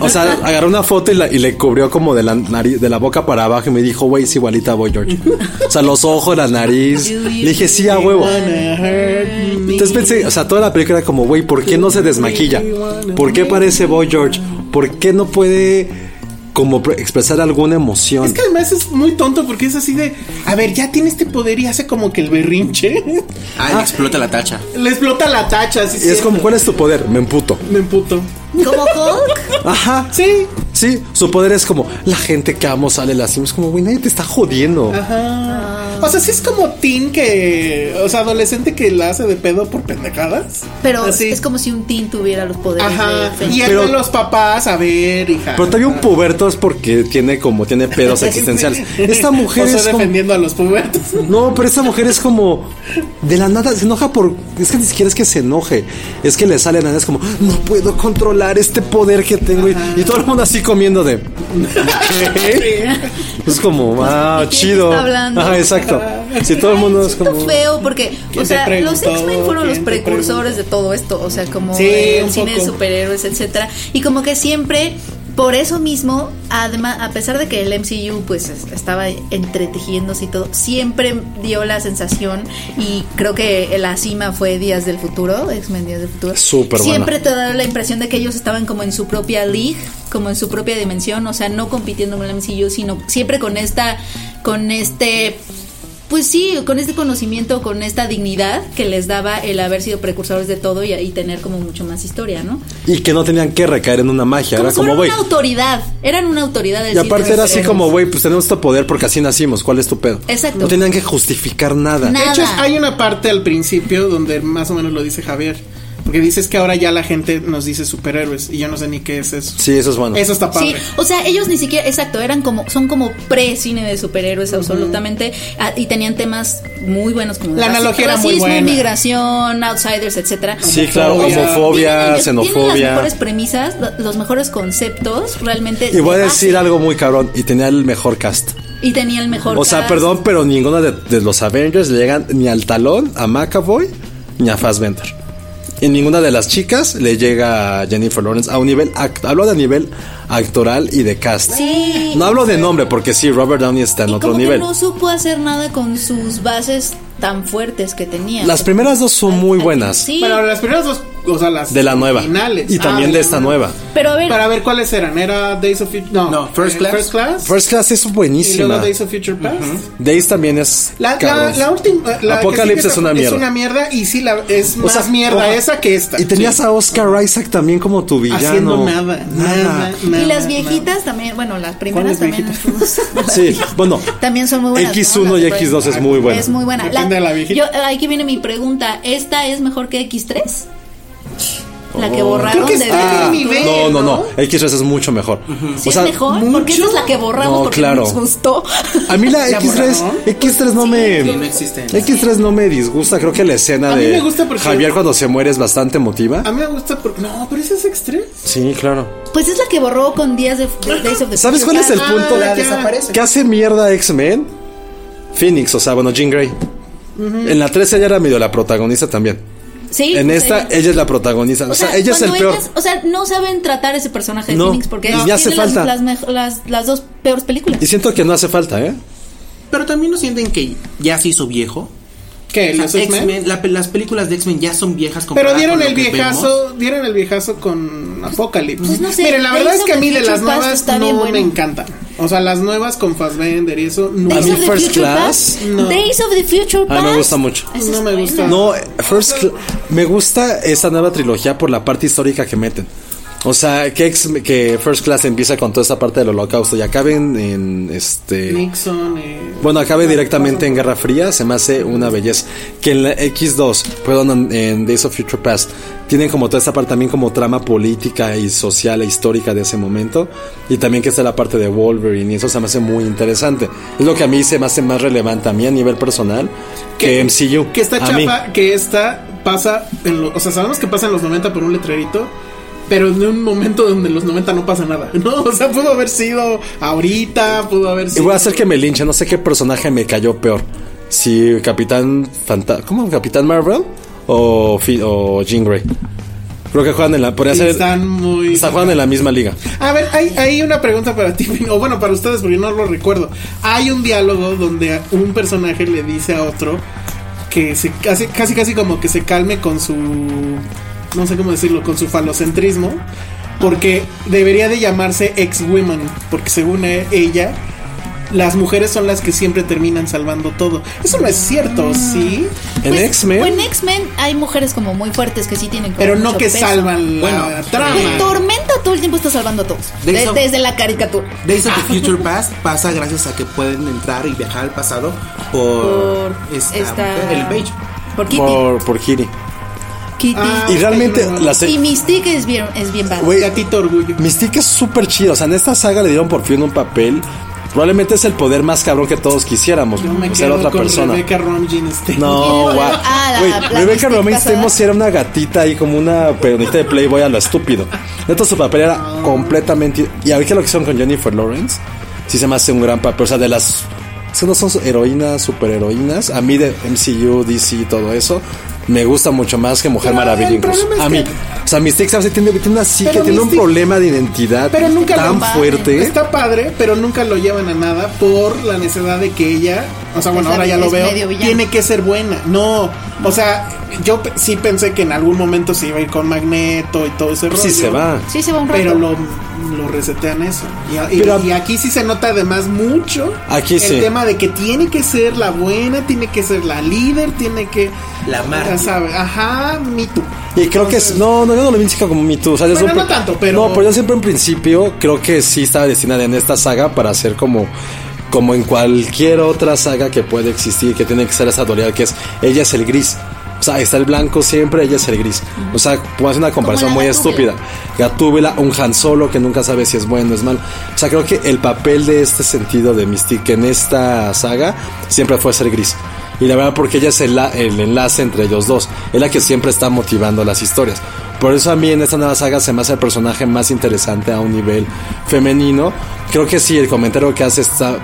Speaker 5: O sea, agarró una foto y, la- y le cubrió como de la nariz, de la boca para abajo y me dijo, güey, es igualita a Boy George. O sea, los ojos, la nariz. Le dije, sí, a huevo.
Speaker 6: Wanna hurt me.
Speaker 5: Entonces pensé, o sea, toda la película era como, güey, ¿por qué no se desmaquilla? ¿Por qué parece Boy George? ¿Por qué no puede como pre- expresar alguna emoción?
Speaker 6: Es que además es muy tonto porque es así de, a ver, ya tiene este poder y hace como que el berrinche.
Speaker 7: Ah, explota la tacha.
Speaker 6: Le explota la tacha, así
Speaker 5: Y es como, ¿cuál es tu poder? Me emputo.
Speaker 6: me emputo.
Speaker 4: Como Hulk.
Speaker 5: Ajá.
Speaker 6: Sí,
Speaker 5: Sí, su poder es como, la gente que amo sale la cima. Es como, güey, nadie te está jodiendo.
Speaker 6: o sea, sí es como teen que, o sea, adolescente que la hace de pedo por pendejadas.
Speaker 4: Pero
Speaker 6: Así.
Speaker 4: es como si un teen tuviera los poderes.
Speaker 6: Ajá.
Speaker 4: de-
Speaker 6: Y
Speaker 4: de-
Speaker 6: es
Speaker 5: Pero-
Speaker 6: de los papás, a ver, hija.
Speaker 5: Pero todavía un puberto es porque tiene como, tiene pedos existenciales. Esta mujer
Speaker 6: O sea,
Speaker 5: es como...
Speaker 6: defendiendo a los pubertos.
Speaker 5: No, pero esta mujer es como de la nada se enoja por es que ni siquiera es que se enoje, es que le sale nada es como no puedo controlar este poder que tengo y, y todo el mundo así comiendo de ¿qué? es como wow,
Speaker 4: quién
Speaker 5: chido.
Speaker 4: está hablando?
Speaker 5: Ajá, exacto. Si todo el mundo es como
Speaker 4: feo porque o
Speaker 6: ¿Quién te
Speaker 4: sea los
Speaker 6: preguntó?
Speaker 4: X-Men fueron los
Speaker 6: ¿Quién te
Speaker 4: precursores de todo esto o sea como
Speaker 6: Sí,
Speaker 4: el
Speaker 6: un
Speaker 4: cine de
Speaker 6: poco.
Speaker 4: superhéroes etcétera y como que siempre por eso mismo además a pesar de que el MCU pues es- estaba entretejiéndose y todo siempre dio la sensación y creo que la cima fue Días del Futuro X-Men Días del Futuro
Speaker 5: Súper buena.
Speaker 4: siempre te da la impresión de que ellos estaban como en su propia league, como en su propia dimensión, o sea, no compitiendo con el MCU, sino siempre con esta, con este, pues sí, con este conocimiento, con esta dignidad que les daba el haber sido precursores de todo y, y tener como mucho más historia, ¿no?
Speaker 5: y que no tenían que recaer en una magia,
Speaker 4: Como
Speaker 5: era como
Speaker 4: fueron
Speaker 5: güey.
Speaker 4: una autoridad, eran una autoridad del
Speaker 5: Y
Speaker 4: cine
Speaker 5: aparte era así
Speaker 4: superhéroes.
Speaker 5: como güey, pues tenemos este poder porque así nacimos, ¿cuál es tu pedo?
Speaker 4: Exacto.
Speaker 5: No tenían que justificar nada.
Speaker 4: Nada.
Speaker 6: De hecho, hay una parte al principio donde más o menos lo dice Javier. Porque dices que ahora ya la gente nos dice superhéroes y yo no sé ni qué es eso.
Speaker 5: Sí, eso es bueno.
Speaker 6: Eso está
Speaker 4: Sí,
Speaker 6: padre.
Speaker 4: o sea, ellos ni siquiera, exacto, eran como, son como pre-cine de superhéroes absolutamente, ah, y tenían temas muy buenos como
Speaker 6: La
Speaker 4: raci-
Speaker 6: analogía era muy
Speaker 4: racismo,
Speaker 6: buena.
Speaker 4: migración, outsiders, etcétera.
Speaker 5: Sí, claro, homofobia,
Speaker 4: Tienen- Tienen las
Speaker 5: xenofobia.
Speaker 4: mejores premisas, lo- los mejores conceptos, realmente.
Speaker 5: Y voy a
Speaker 4: de
Speaker 5: decir
Speaker 4: base,
Speaker 5: algo muy cabrón, y tenía el mejor cast.
Speaker 4: Y tenía el mejor.
Speaker 5: O sea,
Speaker 4: cast.
Speaker 5: perdón, pero ninguno de, de los Avengers le llegan ni al talón, a McAvoy, ni a Fassbender. Y ninguna de las chicas le llega a Jennifer Lawrence a un nivel, act- hablo de nivel actoral y de cast.
Speaker 4: Sí.
Speaker 5: No hablo de nombre, porque sí, Robert Downey está en
Speaker 4: Y
Speaker 5: otro
Speaker 4: como
Speaker 5: nivel.
Speaker 4: Que no supo hacer nada con sus bases tan fuertes que tenía.
Speaker 5: Las primeras dos son muy
Speaker 4: Al-
Speaker 5: buenas.
Speaker 4: Sí.
Speaker 6: Pero las primeras dos, o sea, las
Speaker 5: De la nueva.
Speaker 6: originales.
Speaker 5: Y también
Speaker 6: Ah,
Speaker 5: de esta nueva.
Speaker 4: Pero a ver,
Speaker 6: Para ver cuáles eran. Era Days of Future. No,
Speaker 7: No, First
Speaker 6: eh,
Speaker 7: Class.
Speaker 6: First Class.
Speaker 5: First Class es
Speaker 6: y luego
Speaker 5: buenísima.
Speaker 6: Days of Future Past.
Speaker 5: Days también es.
Speaker 6: La, la,
Speaker 5: cabrón.
Speaker 6: la última. la que
Speaker 5: Apocalipsis
Speaker 6: sigue
Speaker 5: es una
Speaker 6: Es
Speaker 5: mierda.
Speaker 6: una mierda y sí, la, es
Speaker 5: O
Speaker 6: más
Speaker 5: sea,
Speaker 6: mierda
Speaker 5: ajá.
Speaker 6: esa que esta.
Speaker 5: Y tenías a Oscar Isaac también como tu villano.
Speaker 6: Haciendo nada, nada, nada.
Speaker 4: y las viejitas también, bueno, las primeras
Speaker 6: ¿Cuáles
Speaker 4: también. las
Speaker 5: Sí, bueno.
Speaker 4: También son muy buenas.
Speaker 5: X1
Speaker 4: ¿no?
Speaker 5: y
Speaker 4: Las
Speaker 5: X2 es muy buena.
Speaker 4: Es muy buena.
Speaker 6: Depende de la viejita.
Speaker 4: yo, eh, aquí viene mi pregunta. ¿Esta es mejor que X3? La
Speaker 5: Oh.
Speaker 4: que borraron
Speaker 6: Creo que
Speaker 4: de
Speaker 6: está en
Speaker 4: Ah,
Speaker 6: mi nivel,
Speaker 5: No, no, no.
Speaker 6: ¿no?
Speaker 5: X3 es mucho mejor.
Speaker 4: ¿Sí
Speaker 5: O sea,
Speaker 4: es mejor? Porque esa es la que borramos
Speaker 5: No,
Speaker 4: porque
Speaker 5: claro.
Speaker 4: nos gustó.
Speaker 5: A mí la X3,
Speaker 6: borraron?
Speaker 5: X3 no
Speaker 7: no
Speaker 5: me.
Speaker 7: existe.
Speaker 5: X3 no me disgusta. Creo que la escena
Speaker 6: A mí
Speaker 5: de
Speaker 6: me gusta porque- Ah.
Speaker 5: Javier cuando se muere es bastante emotiva.
Speaker 6: A mí me gusta porque. No, pero ese es extra.
Speaker 5: Sí, claro.
Speaker 4: Pues es la que borró con días de, de Days of the
Speaker 5: ¿Sabes cuál es el
Speaker 4: Ah,
Speaker 5: punto?
Speaker 6: la
Speaker 5: que-
Speaker 6: desaparece.
Speaker 5: Que hace mierda a X-Men. Phoenix, o sea, bueno, Jean Grey. En la 3 ella era medio la protagonista también.
Speaker 4: Sí. pues
Speaker 5: en
Speaker 4: o sea,
Speaker 5: esta ella es la protagonista. O, sea, ella es el
Speaker 4: cuando
Speaker 5: peor.
Speaker 4: ellas- o sea, no saben tratar ese personaje de
Speaker 5: No,
Speaker 4: Phoenix porque
Speaker 5: y
Speaker 4: tiene
Speaker 5: ya hace
Speaker 4: las-
Speaker 5: falta.
Speaker 4: Las, mejo- las- las dos peores películas.
Speaker 5: Y siento que no hace falta, ¿eh?
Speaker 7: Pero también no sienten que ya se hizo viejo.
Speaker 6: ¿Qué?
Speaker 7: O sea,
Speaker 6: ¿Los X-Men?
Speaker 7: X-Men, la pe- las películas de X-Men ya son viejas
Speaker 6: Pero
Speaker 7: comparadas
Speaker 6: dieron
Speaker 7: con lo
Speaker 6: el
Speaker 7: que
Speaker 6: viejazo, dieron el viejazo con Apocalypse.
Speaker 4: Pues no sé,
Speaker 6: Miren, la
Speaker 4: Days
Speaker 6: verdad es
Speaker 4: of
Speaker 6: que a
Speaker 4: the
Speaker 6: mí de
Speaker 4: Future
Speaker 6: las
Speaker 4: Past
Speaker 6: nuevas
Speaker 4: está bien
Speaker 6: no
Speaker 4: buena.
Speaker 6: me encantan. O sea, las nuevas con Fassbender y eso no,
Speaker 4: Days
Speaker 5: mí
Speaker 4: of the
Speaker 5: First
Speaker 4: Future
Speaker 5: Class,
Speaker 4: Past. Days of the Future
Speaker 5: A
Speaker 4: Past.
Speaker 5: mí me gusta mucho.
Speaker 4: Esa es
Speaker 6: no me
Speaker 4: buena.
Speaker 6: gusta.
Speaker 5: No, First Cla- me gusta esta nueva trilogía por la parte histórica que meten. O sea, que, ex- que First Class empieza con toda esta parte del holocausto y acaben en este...
Speaker 6: Nixon. eh,
Speaker 5: Bueno, acabe directamente en Guerra Fría, se me hace una belleza. Que en la X2, perdón, en- en Days of Future Past, tienen como toda esta parte también como trama política y social e histórica de ese momento. Y también que está la parte de Wolverine, y eso se me hace muy interesante. Es lo que a mí se me hace más relevante a mí a nivel personal que MCU.
Speaker 6: Que esta
Speaker 5: a mí.
Speaker 6: chapa, que esta pasa en lo- o sea, sabemos que pasa en los 90 por un letrerito, pero en un momento donde en los 90 no pasa nada, ¿no? O sea, pudo haber sido ahorita, pudo haber
Speaker 5: Y
Speaker 6: sido.
Speaker 5: voy a hacer que me linche, no sé qué personaje me cayó peor. Si Capitán Fanta ¿Cómo? ¿Capitán Marvel? O, Fi- o Jean Grey. Creo que juegan en la. Podría
Speaker 6: Y
Speaker 5: ser.
Speaker 6: están muy.
Speaker 5: Está jugando en la misma liga.
Speaker 6: A ver, hay, hay una pregunta para ti, o bueno, para ustedes, porque no lo recuerdo. Hay un diálogo donde un personaje le dice a otro que se casi, casi, casi como que se calme con su, no sé cómo decirlo, con su falocentrismo, porque debería de llamarse ex-women, porque según e- ella, las mujeres son las que siempre terminan salvando todo. Eso no es
Speaker 4: Mm.
Speaker 6: cierto, ¿sí?
Speaker 5: En
Speaker 4: Pues,
Speaker 5: X-Men.
Speaker 4: o En X-Men hay mujeres como muy fuertes que sí tienen como
Speaker 6: Pero no
Speaker 4: mucho
Speaker 6: que
Speaker 4: peso.
Speaker 6: salvan la
Speaker 7: Bueno,
Speaker 6: trama.
Speaker 4: Pues, Tormenta todo el tiempo está salvando a todos.
Speaker 7: De
Speaker 4: De-
Speaker 7: eso-
Speaker 4: desde la caricatura.
Speaker 7: Days of the Future Past pasa gracias a que pueden entrar y viajar al pasado por, esta mujer, el Page.
Speaker 4: Por Kitty.
Speaker 5: Por, por Kitty.
Speaker 4: Kitty.
Speaker 6: Ah,
Speaker 5: Y realmente
Speaker 6: no, no, no.
Speaker 5: la se-
Speaker 4: y Mystique es bien, es bien bad.
Speaker 5: Güey,
Speaker 6: Gatito orgullo.
Speaker 5: Mystique es súper chido. O sea, en esta saga le dieron por fin un papel. Probablemente es el poder más cabrón que todos quisiéramos.
Speaker 6: Yo me
Speaker 5: ser
Speaker 6: quedo
Speaker 5: otra
Speaker 6: con
Speaker 5: persona.
Speaker 6: Rebecca Romijn este. Steinberg.
Speaker 5: No,
Speaker 4: Y luego,
Speaker 5: guau.
Speaker 4: ah, la-
Speaker 5: Güey,
Speaker 4: la
Speaker 5: Rebecca
Speaker 4: Mystique
Speaker 5: Romain
Speaker 4: casada.
Speaker 5: Stamos era una gatita ahí como una peronista de Playboy a lo estúpido. Neta, su papel era completamente. Y ahorita lo que hicieron con Jennifer Lawrence, sí se me hace un gran papel. O sea, de las. Es que no son heroínas, superheroínas. A mí de MCU, DC y todo eso. Me gusta mucho más que Mujer
Speaker 6: Pero
Speaker 5: Maravilla
Speaker 6: el
Speaker 5: incluso.
Speaker 6: problema es
Speaker 5: A mí.
Speaker 6: que-
Speaker 5: O sea, Mystique ¿sabes? tiene, tiene una psique,
Speaker 6: Pero
Speaker 5: tiene
Speaker 6: Mystique-
Speaker 5: un problema de identidad
Speaker 6: Pero nunca
Speaker 5: tan
Speaker 6: lo-
Speaker 5: fuerte.
Speaker 6: Está padre, pero nunca lo llevan a nada por la necesidad de que ella, o sea,
Speaker 4: Pues Es
Speaker 6: bueno,
Speaker 4: la-
Speaker 6: ahora ya lo
Speaker 4: es
Speaker 6: veo,
Speaker 4: medio villana.
Speaker 6: tiene que ser buena. No, o sea, yo pe- sí pensé que en algún momento se iba a ir con Magneto y todo ese rollo.
Speaker 5: Pues Sí se va.
Speaker 4: sí, se va un rato.
Speaker 6: Pero lo, lo resetean eso. Y, a- y-
Speaker 5: Pero-
Speaker 6: y aquí sí se nota además mucho
Speaker 5: Aquí
Speaker 6: el
Speaker 5: sí.
Speaker 6: tema de que tiene que ser la buena, tiene que ser la líder, tiene que...
Speaker 7: La mártir.
Speaker 6: Ya sabe, Ajá, me too.
Speaker 5: Y creo que es, no, no, yo no lo identifico como Me Too. O sea, desde
Speaker 6: Bueno,
Speaker 5: un
Speaker 6: no
Speaker 5: pri-
Speaker 6: tanto, pero-
Speaker 5: No, pero yo siempre en principio creo que sí estaba destinada en esta saga para ser como. Como en cualquier otra saga que puede existir, que tiene que ser esa dualidad que es ella es el gris. O sea, está el blanco siempre, ella es el gris. O sea, puedo hacer una comparación
Speaker 8: Como
Speaker 5: muy
Speaker 8: la Gatúbela.
Speaker 5: estúpida. Gatúbela, un Han Solo que nunca sabe si es bueno o es malo. O sea, creo que el papel de este sentido de Mystique en esta saga siempre fue ser gris. Y la verdad, porque ella es el, la- el enlace entre ellos dos. Es la que siempre está motivando las historias. Por eso a mí en esta nueva saga se me hace el personaje más interesante a un nivel femenino. Creo que sí, el comentario que hace está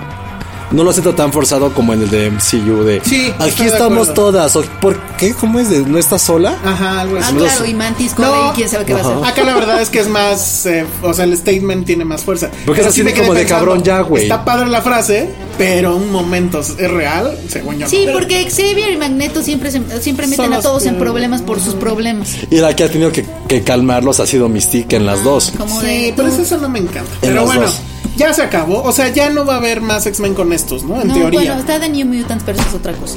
Speaker 5: no lo siento tan forzado como en el de MCU de
Speaker 6: Sí,
Speaker 5: aquí
Speaker 6: estoy de
Speaker 5: estamos
Speaker 6: acuerdo.
Speaker 5: todas. o, ¿Por qué? ¿Cómo es de no estás sola?
Speaker 6: Ajá, algo
Speaker 8: Ah,
Speaker 6: así.
Speaker 8: claro, y Mantis con
Speaker 6: No.
Speaker 8: él, quién sabe qué va a hacer.
Speaker 6: Acá la verdad es que es más, eh, o sea, el statement tiene más fuerza.
Speaker 5: Porque es
Speaker 6: Pero
Speaker 5: así
Speaker 6: me
Speaker 5: de
Speaker 6: quedé
Speaker 5: como de cabrón ya, güey.
Speaker 6: Está padre la frase, pero un momento es real, según yo.
Speaker 8: Sí,
Speaker 6: no.
Speaker 8: porque Xavier y Magneto siempre, se- siempre meten
Speaker 6: Son
Speaker 8: a
Speaker 6: los
Speaker 8: todos en
Speaker 6: que- Mm.
Speaker 8: problemas por sus problemas.
Speaker 5: Y la que ha tenido que, que calmarlos ha sido Mystique en las dos.
Speaker 8: Como
Speaker 6: Sí,
Speaker 8: de,
Speaker 6: pero pues eso no me encanta. Pero
Speaker 5: los
Speaker 6: bueno,
Speaker 5: dos.
Speaker 6: ya se acabó. O sea, ya no va a haber más X-Men con estos, ¿no? En
Speaker 8: no,
Speaker 6: teoría.
Speaker 8: bueno, está de New Mutants, pero eso es otra cosa.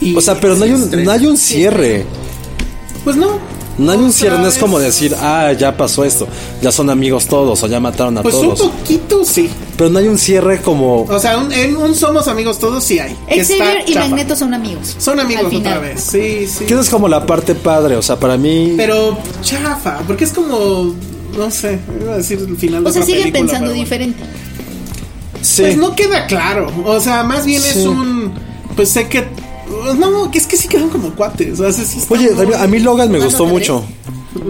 Speaker 6: Y-
Speaker 5: O sea, pero no hay un, no hay un cierre.
Speaker 6: Pues no.
Speaker 5: No hay un
Speaker 6: Otra
Speaker 5: cierre, no es
Speaker 6: vez.
Speaker 5: como decir, ah, ya pasó esto, ya son amigos todos o ya mataron a
Speaker 6: Pues un
Speaker 5: todos.
Speaker 6: poquito sí.
Speaker 5: Pero no hay un cierre como...
Speaker 6: O sea, un, en un somos amigos todos sí hay. que está
Speaker 8: Xavier y
Speaker 6: chafa.
Speaker 8: Magneto son amigos.
Speaker 6: Son amigos
Speaker 8: al final.
Speaker 6: otra vez. Sí, sí.
Speaker 5: Que esa es como la parte padre, o sea, para mí...
Speaker 6: Pero chafa, porque es como. No sé, iba a decir el final de
Speaker 8: O sea,
Speaker 6: otra
Speaker 8: siguen
Speaker 6: película,
Speaker 8: pensando
Speaker 6: pero bueno.
Speaker 8: diferente.
Speaker 5: sí.
Speaker 6: Pues no queda claro. O sea, más bien es
Speaker 5: Sí.
Speaker 6: un. Pues sé que. No, que es que sí quedan como cuates. O sea, sí está
Speaker 5: Oye,
Speaker 6: muy-
Speaker 5: a mí Logan me
Speaker 8: Mano
Speaker 5: gustó
Speaker 8: de tres.
Speaker 5: mucho.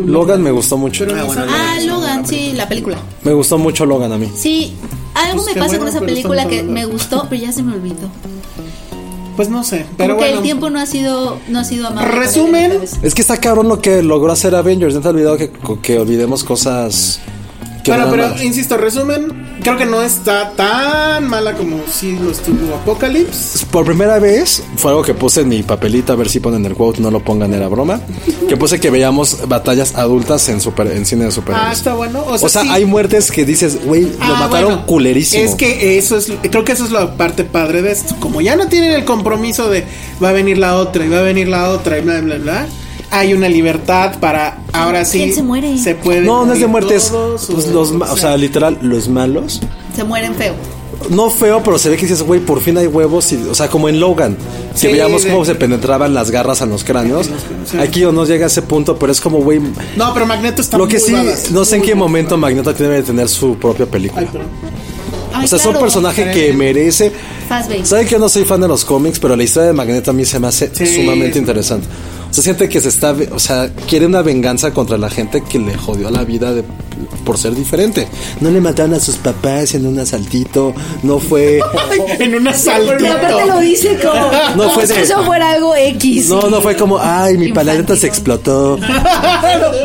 Speaker 5: Logan me gustó mucho.
Speaker 6: Pero no sabe.
Speaker 8: Ah, Logan, sí, la película.
Speaker 5: Me gustó mucho Logan a mí.
Speaker 8: Sí, algo
Speaker 6: Pues
Speaker 8: me
Speaker 6: qué
Speaker 8: pasa
Speaker 6: bueno,
Speaker 8: con esa
Speaker 6: pero
Speaker 8: película
Speaker 6: estamos
Speaker 8: que
Speaker 6: hablando
Speaker 8: me
Speaker 6: de-
Speaker 8: gustó, pero ya se me olvidó.
Speaker 6: Pues no sé,
Speaker 8: Porque
Speaker 6: pero bueno.
Speaker 8: el tiempo no ha sido, no ha sido amable. con
Speaker 6: Resumen.
Speaker 8: él en esta vez.
Speaker 5: Es que está cabrón lo que logró hacer Avengers. No te has olvidado que, que olvidemos cosas que
Speaker 6: Bueno,
Speaker 5: eran
Speaker 6: pero
Speaker 5: malas.
Speaker 6: insisto, resumen, creo que no está tan mala como si lo estuvo Apocalypse.
Speaker 5: Por primera vez fue algo que puse en mi papelita, a ver si ponen el quote, no lo pongan, era broma. Que puse que veíamos batallas adultas en, super, en cine de
Speaker 6: Ah,
Speaker 5: superhéroes.
Speaker 6: está bueno. O sea,
Speaker 5: o sea,
Speaker 6: sí.
Speaker 5: hay muertes que dices, güey, lo
Speaker 6: Ah,
Speaker 5: mataron
Speaker 6: bueno.
Speaker 5: culerísimo.
Speaker 6: Es que eso es, creo que eso es la parte padre de esto. Como ya no tienen el compromiso de va a venir la otra y va a venir la otra y bla, bla, bla. Hay una libertad para ahora sí.
Speaker 8: ¿Quién se muere?
Speaker 6: puede.
Speaker 5: No, no es de muertes.
Speaker 6: todos,
Speaker 5: pues los, ma- o sea, literal, los malos.
Speaker 8: Se mueren feo.
Speaker 5: No feo, pero se ve que dices, güey, por fin hay huevos. Y, o sea, como en Logan, que
Speaker 6: Sí,
Speaker 5: veíamos
Speaker 6: de-
Speaker 5: cómo se penetraban las garras a los cráneos.
Speaker 6: Sí.
Speaker 5: Aquí o no llega a ese punto, pero es como, güey.
Speaker 6: No, pero Magneto está
Speaker 5: Lo que
Speaker 6: muy
Speaker 5: sí,
Speaker 6: badass,
Speaker 5: no sé en
Speaker 6: muy
Speaker 5: qué
Speaker 6: badass.
Speaker 5: momento Magneto debe de tener su propia película.
Speaker 6: Ay, perdón.
Speaker 8: Ay,
Speaker 5: o sea, es
Speaker 8: claro.
Speaker 5: un personaje que merece.
Speaker 8: Fassbender.
Speaker 5: Saben que yo no soy fan de los cómics, pero la historia de Magneto a mí se me hace
Speaker 6: Sí.
Speaker 5: sumamente interesante. O sea, siente que se está. ve- O sea, quiere una venganza contra la gente que le jodió la vida de- por ser diferente. No le mataron a sus papás en un asaltito. No fue.
Speaker 6: en un asalto.
Speaker 9: Pero aparte lo dice como.
Speaker 5: No fue
Speaker 9: como si
Speaker 5: de-
Speaker 9: eso fuera algo X.
Speaker 5: No, no fue como, ay, mi paladeta se explotó.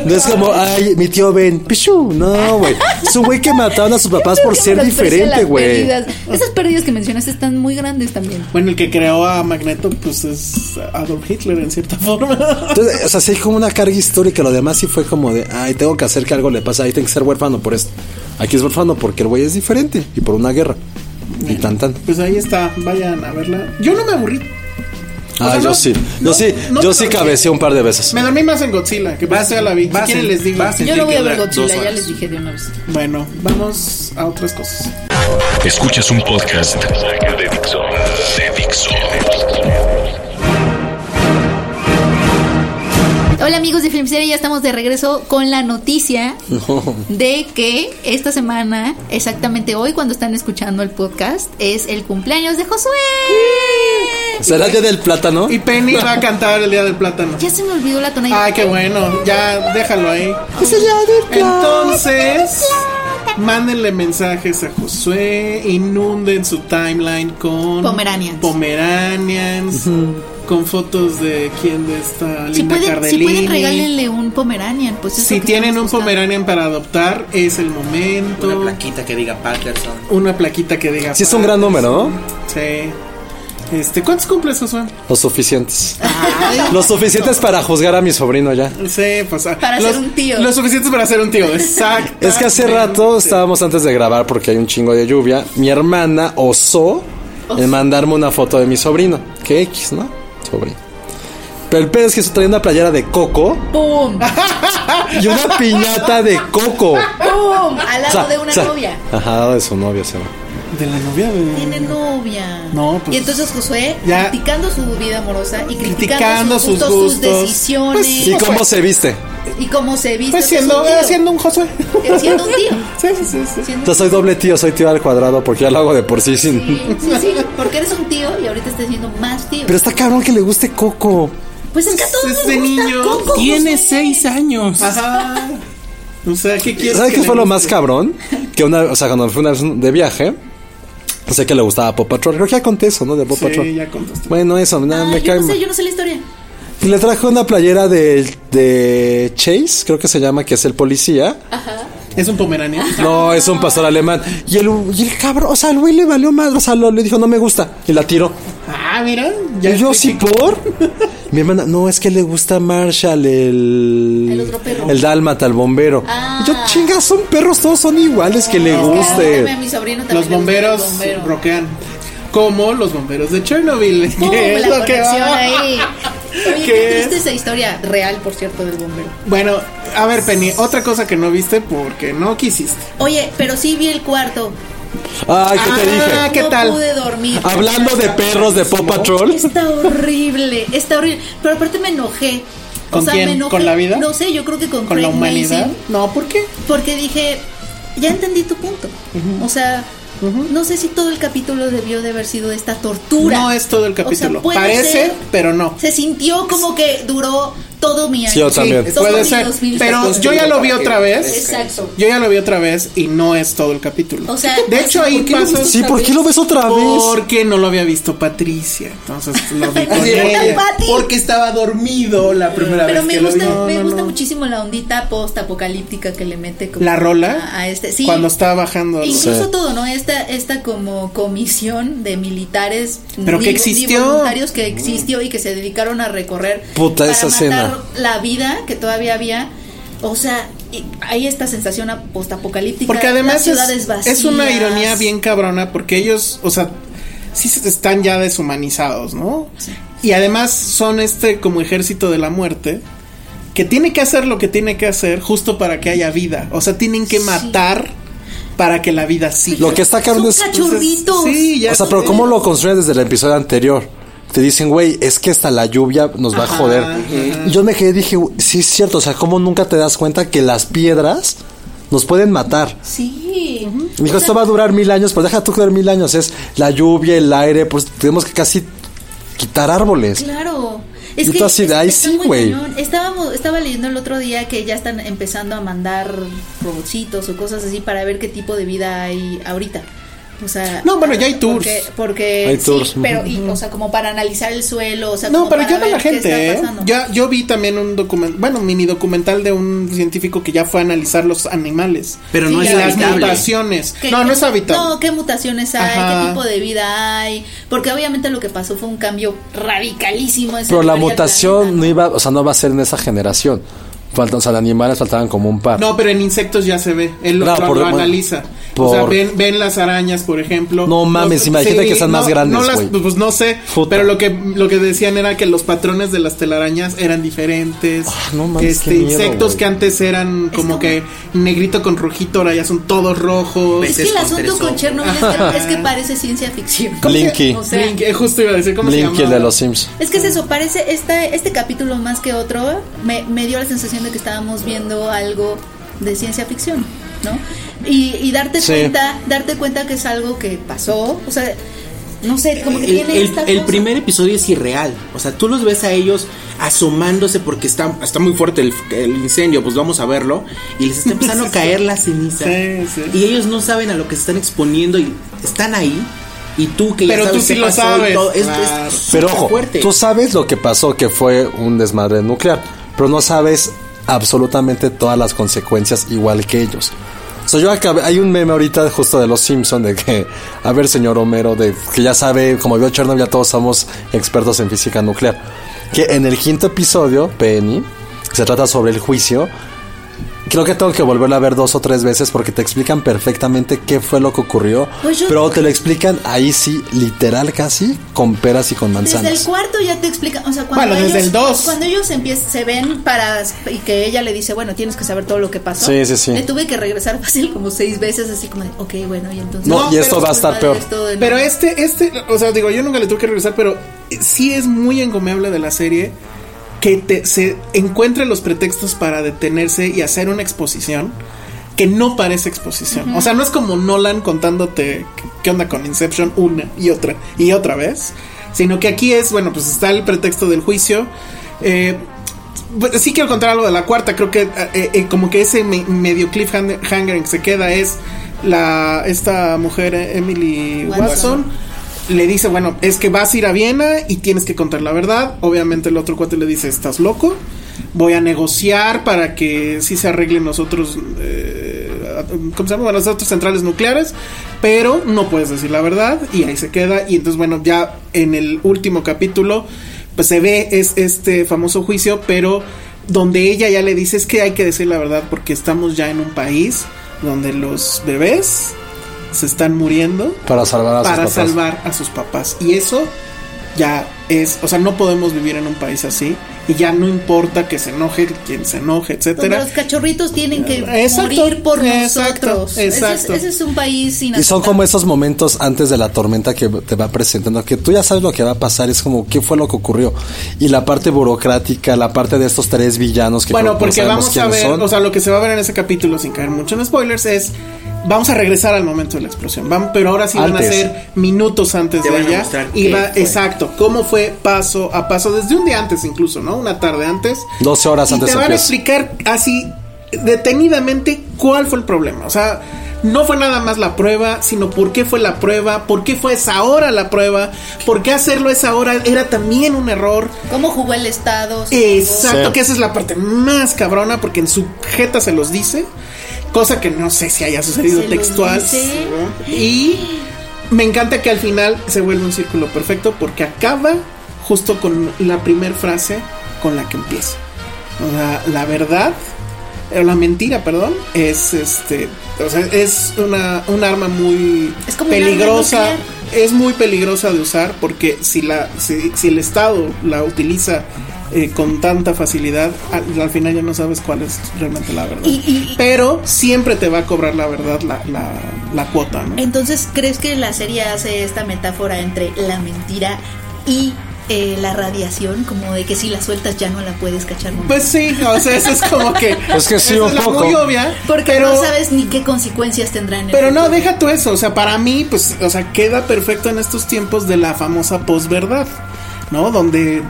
Speaker 5: No es como, ay, mi tío Ben. Pichu. No, güey. Es un güey que mataron a sus papás por
Speaker 8: Qué
Speaker 5: ser
Speaker 8: menosprecio
Speaker 5: diferente,
Speaker 8: las
Speaker 5: güey.
Speaker 8: pérdidas. Esas pérdidas que mencionaste están muy grandes también.
Speaker 6: Bueno, el que creó a Magneto, pues es Adolf Hitler en cierta forma.
Speaker 5: Entonces, o sea, sí hay como una carga histórica. Lo demás sí fue como de, ay, tengo que hacer que algo le pasa. Ahí tengo que ser huérfano por esto. Aquí es huérfano porque el güey es diferente y por una guerra. Y tan tan.
Speaker 6: Pues ahí está, vayan a verla. Yo no me aburrí. O
Speaker 5: Ah,
Speaker 6: sea,
Speaker 5: yo
Speaker 6: no-
Speaker 5: sí. Yo
Speaker 6: no-
Speaker 5: sí,
Speaker 6: no
Speaker 5: yo
Speaker 6: te
Speaker 5: sí
Speaker 6: dormí.
Speaker 5: cabeceé un par de veces.
Speaker 6: Me dormí más en Godzilla, que pasa la vi. Si
Speaker 10: Vas a-
Speaker 6: quieren les digo.
Speaker 10: vas a
Speaker 8: Yo no voy a
Speaker 10: sentir
Speaker 8: ver
Speaker 10: que dura
Speaker 8: Godzilla,
Speaker 10: dos
Speaker 8: ya
Speaker 10: horas.
Speaker 8: les dije de una vez.
Speaker 6: Bueno, vamos a otras cosas.
Speaker 2: Escuchas un podcast de Dixo. De Dixo.
Speaker 8: Hola amigos de Filmserie, ya estamos de regreso con la noticia de que esta semana, exactamente hoy cuando están escuchando el podcast, es el cumpleaños de Josué.
Speaker 5: ¿Será el día del plátano?
Speaker 6: Y Penny va a cantar el Día del Plátano.
Speaker 8: Ya se me olvidó la tonalidad.
Speaker 6: Ay, qué bueno. Ya, déjalo ahí. Entonces, mándenle mensajes a Josué, inunden su timeline con
Speaker 8: Pomeranians.
Speaker 6: Pomeranians, con fotos de quién de esta
Speaker 8: Si
Speaker 6: linda
Speaker 8: pueden, si
Speaker 6: Cardellini.
Speaker 8: pueden regálenle un Pomeranian, pues es
Speaker 6: Si
Speaker 8: lo que
Speaker 6: tienen un
Speaker 8: estamos buscando.
Speaker 6: Pomeranian para adoptar, es el momento.
Speaker 10: Una plaquita que diga Patterson.
Speaker 6: Una plaquita que diga.
Speaker 5: Sí, es un gran número, ¿no?
Speaker 6: Sí. Este, ¿cuántos cumples, Josué?
Speaker 5: Los suficientes. Los suficientes para juzgar a mi sobrino ya.
Speaker 6: Sí, pues. ah,
Speaker 8: Para
Speaker 6: los,
Speaker 8: ser un tío.
Speaker 6: Lo suficiente para ser un tío, exacto.
Speaker 5: Es que hace rato estábamos antes de grabar porque hay un chingo de lluvia. Mi hermana osó en mandarme una foto de mi sobrino. Que X, ¿no? Sobrino. Pero el pedo es que estoy trayendo una playera de coco
Speaker 8: ¡Pum!
Speaker 5: y una piñata de coco.
Speaker 8: ¡Pum! Al lado
Speaker 5: O sea,
Speaker 8: de una
Speaker 5: o sea,
Speaker 8: novia.
Speaker 5: Ajá, de su novia, se va.
Speaker 6: De la novia de.
Speaker 4: Tiene novia.
Speaker 6: No, pues-
Speaker 4: Y entonces Josué
Speaker 6: Ya.
Speaker 4: criticando su vida amorosa y criticando,
Speaker 6: Criticando
Speaker 4: sus,
Speaker 6: sus
Speaker 4: gustos, sus
Speaker 6: gustos.
Speaker 4: decisiones.
Speaker 6: Pues sí,
Speaker 5: ¿Y cómo se viste?
Speaker 4: Y cómo se viste.
Speaker 6: Pues
Speaker 4: que es
Speaker 6: siendo,
Speaker 4: un tío.
Speaker 6: siendo un Josué.
Speaker 4: Que siendo un tío.
Speaker 6: Sí, sí, sí, sí.
Speaker 4: Siendo-
Speaker 5: Yo soy doble tío, soy tío al cuadrado porque ya lo hago de por sí sin.
Speaker 4: Sí, sí, porque eres un tío y ahorita estás siendo más tío.
Speaker 5: Pero está cabrón que le guste Coco.
Speaker 4: pues es que a todos
Speaker 6: Ese
Speaker 4: les gusta
Speaker 6: niño
Speaker 4: Coco,
Speaker 7: Tiene
Speaker 4: Josué.
Speaker 7: seis años.
Speaker 6: Ajá. O sea, ¿qué quieres?
Speaker 5: ¿Sabes
Speaker 6: que
Speaker 5: qué
Speaker 6: le
Speaker 5: fue lo
Speaker 6: guste?
Speaker 5: más cabrón? Que una, o sea, cuando fue una vez de viaje, sé que le gustaba Pop Patrol. Creo que ya conté eso, ¿no? De Pop
Speaker 6: Sí,
Speaker 5: Patrol.
Speaker 6: ya contaste.
Speaker 5: Bueno, eso, nada,
Speaker 4: Ah,
Speaker 5: me
Speaker 4: yo
Speaker 5: cae
Speaker 4: no sé,
Speaker 5: mal.
Speaker 4: yo no sé la historia.
Speaker 5: Y le trajo una playera de, de Chase, creo que se llama, que es el policía.
Speaker 6: Es un pomerania.
Speaker 5: No, es un pastor alemán. Y el, y el cabrón, o sea, el güey le valió más, o sea, lo- le dijo, no me gusta. Y la tiró.
Speaker 6: Ah, mira.
Speaker 5: y yo, sí, por. Mi hermana, no, es que le gusta Marshall, el.
Speaker 4: El otro perro.
Speaker 5: El dálmata, el bombero. Y yo, chinga, son perros, todos son iguales, que le
Speaker 4: Pregúntame a
Speaker 5: guste.
Speaker 4: Este, mi sobrino también
Speaker 6: Los
Speaker 4: le gusta el
Speaker 6: bomberos
Speaker 4: bombero.
Speaker 6: roquean. Como los bomberos de Chernobyl.
Speaker 4: ¡Pum!
Speaker 6: ¿Qué es
Speaker 4: la
Speaker 6: lo que va?
Speaker 4: conexión ahí. Oye,
Speaker 6: ¿Qué
Speaker 4: qué
Speaker 6: es?
Speaker 4: triste esa historia real, por cierto, del bombero.
Speaker 6: Bueno, a ver, Penny, otra cosa que no viste porque no quisiste.
Speaker 4: Oye, pero sí vi el cuarto.
Speaker 5: Ay, ¿qué te
Speaker 6: Ah,
Speaker 5: dije?
Speaker 6: ¿qué
Speaker 4: no
Speaker 6: tal?
Speaker 4: pude dormir.
Speaker 5: Hablando de perros de Pop Patrol.
Speaker 4: Está horrible, está horrible. Pero aparte me enojé.
Speaker 6: ¿Con quién?
Speaker 4: me enojé.
Speaker 6: ¿Con la vida?
Speaker 4: No sé, yo creo que con,
Speaker 6: Con la
Speaker 4: Craig
Speaker 6: humanidad.
Speaker 4: Mason,
Speaker 6: No, ¿por qué?
Speaker 4: porque dije, ya entendí tu punto. O sea, no sé si todo el capítulo debió de haber sido esta tortura.
Speaker 6: No es todo el
Speaker 4: O sea,
Speaker 6: capítulo.
Speaker 4: puede
Speaker 6: Parece,
Speaker 4: ser-
Speaker 6: pero no.
Speaker 4: Se sintió como que duró todo mi año.
Speaker 5: Sí, yo también.
Speaker 4: Todo
Speaker 6: Puede
Speaker 4: mi
Speaker 6: ser.
Speaker 4: 2000.
Speaker 6: Pero yo ya lo vi otra vez.
Speaker 4: Exacto.
Speaker 6: Yo ya lo vi otra vez y no es todo el capítulo.
Speaker 4: O sea,
Speaker 6: de hecho, ahí
Speaker 4: ¿por qué lo
Speaker 6: pasó.
Speaker 4: viste
Speaker 5: Sí, ¿por qué lo ves otra vez?
Speaker 6: Porque no lo había visto Patricia. Entonces lo vi con
Speaker 4: Así de,
Speaker 6: ella.
Speaker 4: "Pati".
Speaker 6: Porque estaba dormido la primera
Speaker 4: Pero
Speaker 6: vez
Speaker 4: me
Speaker 6: que
Speaker 4: gusta,
Speaker 6: lo
Speaker 4: me
Speaker 6: vi. No, no,
Speaker 4: gusta
Speaker 6: no.
Speaker 4: muchísimo la ondita post apocalíptica que le mete como
Speaker 6: La rola.
Speaker 4: a, a este. Sí.
Speaker 6: Cuando estaba bajando.
Speaker 4: E
Speaker 6: los-
Speaker 4: Incluso
Speaker 5: Sí.
Speaker 4: todo, ¿no? Esta, esta como comisión de militares
Speaker 6: Pero que
Speaker 4: di- di
Speaker 6: existió.
Speaker 4: voluntarios que existió y que se dedicaron a recorrer
Speaker 5: Puta,
Speaker 4: para
Speaker 5: esa
Speaker 4: matar
Speaker 5: escena.
Speaker 4: la vida que todavía había. O sea, y hay esta sensación ap- postapocalíptica.
Speaker 6: Porque
Speaker 4: las
Speaker 6: además
Speaker 4: ciudades
Speaker 6: es,
Speaker 4: vacías.
Speaker 6: es una ironía bien cabrona porque ellos, o sea, sí se- están ya deshumanizados, ¿no? Y además son este como ejército de la muerte que tiene que hacer lo que tiene que hacer justo para que haya vida. O sea, tienen que matar para que la vida siga.
Speaker 5: Lo que está cabrón
Speaker 4: Son
Speaker 5: es.
Speaker 4: cachorritos.
Speaker 6: pues, Sí, ya
Speaker 5: O sea, pero
Speaker 6: sé.
Speaker 5: ¿cómo lo construyen desde el episodio anterior? Te dicen, güey, es que hasta la lluvia nos va a joder. Y yo me quedé y dije, "Güey, sí es cierto, o sea, ¿cómo nunca te das cuenta que las piedras nos pueden matar?
Speaker 4: Sí.
Speaker 5: Me dijo, esto va a durar mil años, pues deja tú durar mil años, es la lluvia, el aire, pues tenemos que casi quitar árboles.
Speaker 4: Claro.
Speaker 5: Y tú así de, "Ay,
Speaker 4: está
Speaker 5: sí,
Speaker 4: muy
Speaker 5: güey".
Speaker 4: cañón. Estábamos, estaba leyendo el otro día que ya están empezando a mandar robotcitos o cosas así para ver qué tipo de vida hay ahorita. O sea,
Speaker 6: No, bueno, ya hay tours.
Speaker 4: Porque, porque-
Speaker 5: Hay
Speaker 4: sí,
Speaker 5: tours,
Speaker 4: pero y, o sea, como para analizar el suelo, o sea,
Speaker 6: No,
Speaker 4: como
Speaker 6: pero
Speaker 4: para
Speaker 6: yo de
Speaker 4: ver
Speaker 6: la
Speaker 4: qué
Speaker 6: gente,
Speaker 4: está
Speaker 6: ¿eh?
Speaker 4: pasando.
Speaker 6: Ya- yo vi también un documental, bueno, mini documental de un científico que ya fue a analizar los animales.
Speaker 7: Pero no
Speaker 6: y
Speaker 4: Sí,
Speaker 7: es
Speaker 4: ya.
Speaker 6: las
Speaker 7: habitable.
Speaker 6: mutaciones.
Speaker 4: ¿Qué-
Speaker 6: No, no es
Speaker 4: qué-
Speaker 6: habitable.
Speaker 4: No, qué mutaciones hay,
Speaker 6: Ajá.
Speaker 4: qué tipo de vida hay, porque obviamente lo que pasó fue un cambio radicalísimo. en
Speaker 5: Pero la
Speaker 4: salvar al
Speaker 5: mutación
Speaker 4: planeta,
Speaker 5: no iba, o sea, no va a ser en esa generación. Faltan, o sea, de animales faltaban como un par.
Speaker 6: No, pero en insectos ya se ve. Él lo,
Speaker 5: Ah. No,
Speaker 6: lo-
Speaker 5: por-
Speaker 6: lo analiza. O sea,
Speaker 5: por-
Speaker 6: ven, ven las arañas, por ejemplo.
Speaker 5: No mames, imagínate que están más grandes,
Speaker 6: no las-
Speaker 5: güey.
Speaker 6: pues no sé.
Speaker 5: Puta.
Speaker 6: Pero lo que, lo que decían era que los patrones de las telarañas eran diferentes.
Speaker 5: Ah, no mames,
Speaker 6: Este,
Speaker 5: qué miedo,
Speaker 6: insectos
Speaker 5: güey.
Speaker 6: que antes eran como que negrito con rojito, ahora ya son todos rojos.
Speaker 4: Pues
Speaker 6: Este,
Speaker 4: Es que el
Speaker 10: Con
Speaker 4: asunto
Speaker 10: tres
Speaker 4: con
Speaker 10: ojos.
Speaker 4: Chernobyl es que, es que parece ciencia ficción.
Speaker 5: ¿Cómo se- Blinky.
Speaker 4: O sea,
Speaker 6: Blink, eh, justo iba a decir cómo se
Speaker 5: Blinky, el
Speaker 6: llamaba?
Speaker 5: de los Sims.
Speaker 4: Es que es eso, parece esta, este capítulo más que otro me, me dio la sensación de que estábamos viendo algo de ciencia ficción, ¿no? Y, y darte
Speaker 5: Sí.
Speaker 4: cuenta, darte cuenta que es algo que pasó, o sea, no sé, como que
Speaker 10: El,
Speaker 4: tiene
Speaker 10: el-
Speaker 4: esta
Speaker 10: el
Speaker 4: cosa.
Speaker 10: primer episodio es irreal. O sea, tú los ves a ellos asomándose porque está, está muy fuerte el, el incendio, pues vamos a verlo. Y les está empezando a caer la ceniza.
Speaker 6: Sí, sí.
Speaker 10: Y ellos no saben a lo que se están exponiendo y están ahí. Y tú que ya
Speaker 6: Pero tú
Speaker 10: sabes
Speaker 6: sí
Speaker 10: qué
Speaker 6: lo
Speaker 10: pasó y
Speaker 6: sabes,
Speaker 10: todo, es-
Speaker 6: claro.
Speaker 10: es
Speaker 5: Pero
Speaker 10: súper
Speaker 5: ojo,
Speaker 10: fuerte.
Speaker 5: tú sabes lo que pasó, que fue un desmadre nuclear, pero no sabes absolutamente todas las consecuencias igual que ellos. O sea, yo acabé, hay un meme ahorita justo de los Simpson de que, a ver, señor Homero, de que ya sabe, como vio Chernobyl, ya todos somos expertos en física nuclear. Que en el quinto episodio, Penny, se trata sobre el juicio creo que tengo que volverla a ver dos o tres veces porque te explican perfectamente qué fue lo que ocurrió.
Speaker 4: Pues yo-
Speaker 5: pero te lo explican ahí sí, literal casi, con peras y con
Speaker 11: Desde el
Speaker 5: manzanas.
Speaker 11: cuarto ya te explica, o sea, cuando
Speaker 6: Bueno,
Speaker 11: ellos,
Speaker 6: desde el dos.
Speaker 11: cuando ellos empiezan, se ven para y que ella le dice, bueno, tienes que saber todo lo que pasó.
Speaker 5: Sí, sí, sí.
Speaker 11: Le tuve que regresar fácil como seis veces, así como, de, ok, bueno, y entonces.
Speaker 5: No, y esto
Speaker 11: pero
Speaker 5: va
Speaker 4: pues
Speaker 5: a
Speaker 11: es
Speaker 5: estar
Speaker 11: culpa
Speaker 5: peor.
Speaker 11: de esto, de-
Speaker 6: Pero este, este, o sea, digo, yo nunca le tuve que regresar, pero sí es muy engomeable de la serie que te- se encuentre los pretextos para detenerse y hacer una exposición que no parece exposición. O sea, no es como Nolan contándote qué onda con Inception una y otra y otra vez, sino que aquí es, bueno, pues está el pretexto del juicio. Eh, pues, sí quiero contar algo de la cuarta, creo que eh, eh, como que ese me- medio cliffhanger hanger que se queda es la esta mujer eh, Emily
Speaker 11: Watson.
Speaker 6: Watson, le dice, bueno, es que vas a ir a Viena y tienes que contar la verdad. Obviamente el otro cuate le dice, estás loco, voy a negociar para que sí se arreglen nosotros, ¿cómo se llama? Bueno, las otras centrales nucleares, pero no puedes decir la verdad y ahí se queda. Y entonces, bueno, ya en el último capítulo, pues se ve es, este famoso juicio, pero donde ella ya le dice es que hay que decir la verdad porque estamos ya en un país donde los bebés se están muriendo
Speaker 5: Para salvar a Ah, sus
Speaker 6: para
Speaker 5: papás.
Speaker 6: salvar a sus papás. Y eso ya es, o sea, no podemos vivir en un país así y ya no importa que se enoje quien se enoje,
Speaker 4: Donde
Speaker 6: etcétera.
Speaker 4: los cachorritos tienen que
Speaker 6: Exacto,
Speaker 4: morir por
Speaker 6: exacto,
Speaker 4: nosotros. Ese es-
Speaker 6: exacto.
Speaker 4: Ese, es, un país sin
Speaker 5: Y son como esos momentos antes de la tormenta que te va presentando, que tú ya sabes lo que va a pasar, es como qué fue lo que ocurrió. Y la parte burocrática, la parte de estos tres villanos que
Speaker 6: Bueno,
Speaker 5: creo que no
Speaker 6: porque
Speaker 5: sabemos
Speaker 6: vamos a
Speaker 5: quiénes
Speaker 6: ver,
Speaker 5: son.
Speaker 6: o sea, lo que se va a ver en ese capítulo, sin caer mucho en spoilers, es. Vamos a regresar al momento de la explosión. Vamos, pero ahora sí van a
Speaker 5: Antes.
Speaker 6: ser minutos antes
Speaker 7: Te
Speaker 6: de
Speaker 7: van a
Speaker 6: ella.
Speaker 7: mostrar
Speaker 6: Y
Speaker 7: qué
Speaker 6: va,
Speaker 7: fue.
Speaker 6: exacto, cómo fue paso a paso, desde un día antes incluso, ¿no? Una tarde antes.
Speaker 5: 12 horas
Speaker 6: y
Speaker 5: antes
Speaker 6: te
Speaker 5: de
Speaker 6: van a
Speaker 5: empiece.
Speaker 6: explicar así detenidamente cuál fue el problema. O sea, no fue nada más la prueba, sino por qué fue la prueba, por qué fue esa hora la prueba, por qué hacerlo esa hora era también un error.
Speaker 4: ¿Cómo jugó el Estado?
Speaker 6: Exacto,
Speaker 5: Sí.
Speaker 6: que esa es la parte más cabrona porque en su jeta se los dice, cosa que no sé si haya sucedido
Speaker 4: Se los
Speaker 6: textual.
Speaker 4: dice.
Speaker 6: Y me encanta que al final se vuelve un círculo perfecto porque acaba justo con la primera frase con la que empieza. O sea, la verdad, eh, la mentira, perdón, es este, o sea, es una un arma muy
Speaker 4: Es como un arma
Speaker 6: peligrosa
Speaker 4: nuclear.
Speaker 6: es muy peligrosa de usar porque si la si, si el Estado la utiliza eh, con tanta facilidad, al, al final ya no sabes cuál es realmente la verdad.
Speaker 4: Y- y-
Speaker 6: Pero siempre te va a cobrar la verdad la, la, la cuota, ¿no?
Speaker 4: Entonces, ¿crees que la serie hace esta metáfora entre la mentira y eh, la radiación? Como de que si la sueltas ya no la puedes cachar. nunca.
Speaker 6: Pues sí, o sea, eso es como que...
Speaker 5: Es que sí,
Speaker 6: esa
Speaker 5: un
Speaker 6: es la
Speaker 5: poco.
Speaker 6: muy obvia.
Speaker 4: Porque
Speaker 6: pero,
Speaker 4: no sabes ni qué consecuencias tendrán. en el
Speaker 6: Pero no,
Speaker 4: futuro.
Speaker 6: deja tú eso. O sea, para mí, pues, o sea, queda perfecto en estos tiempos de la famosa posverdad, ¿no? Donde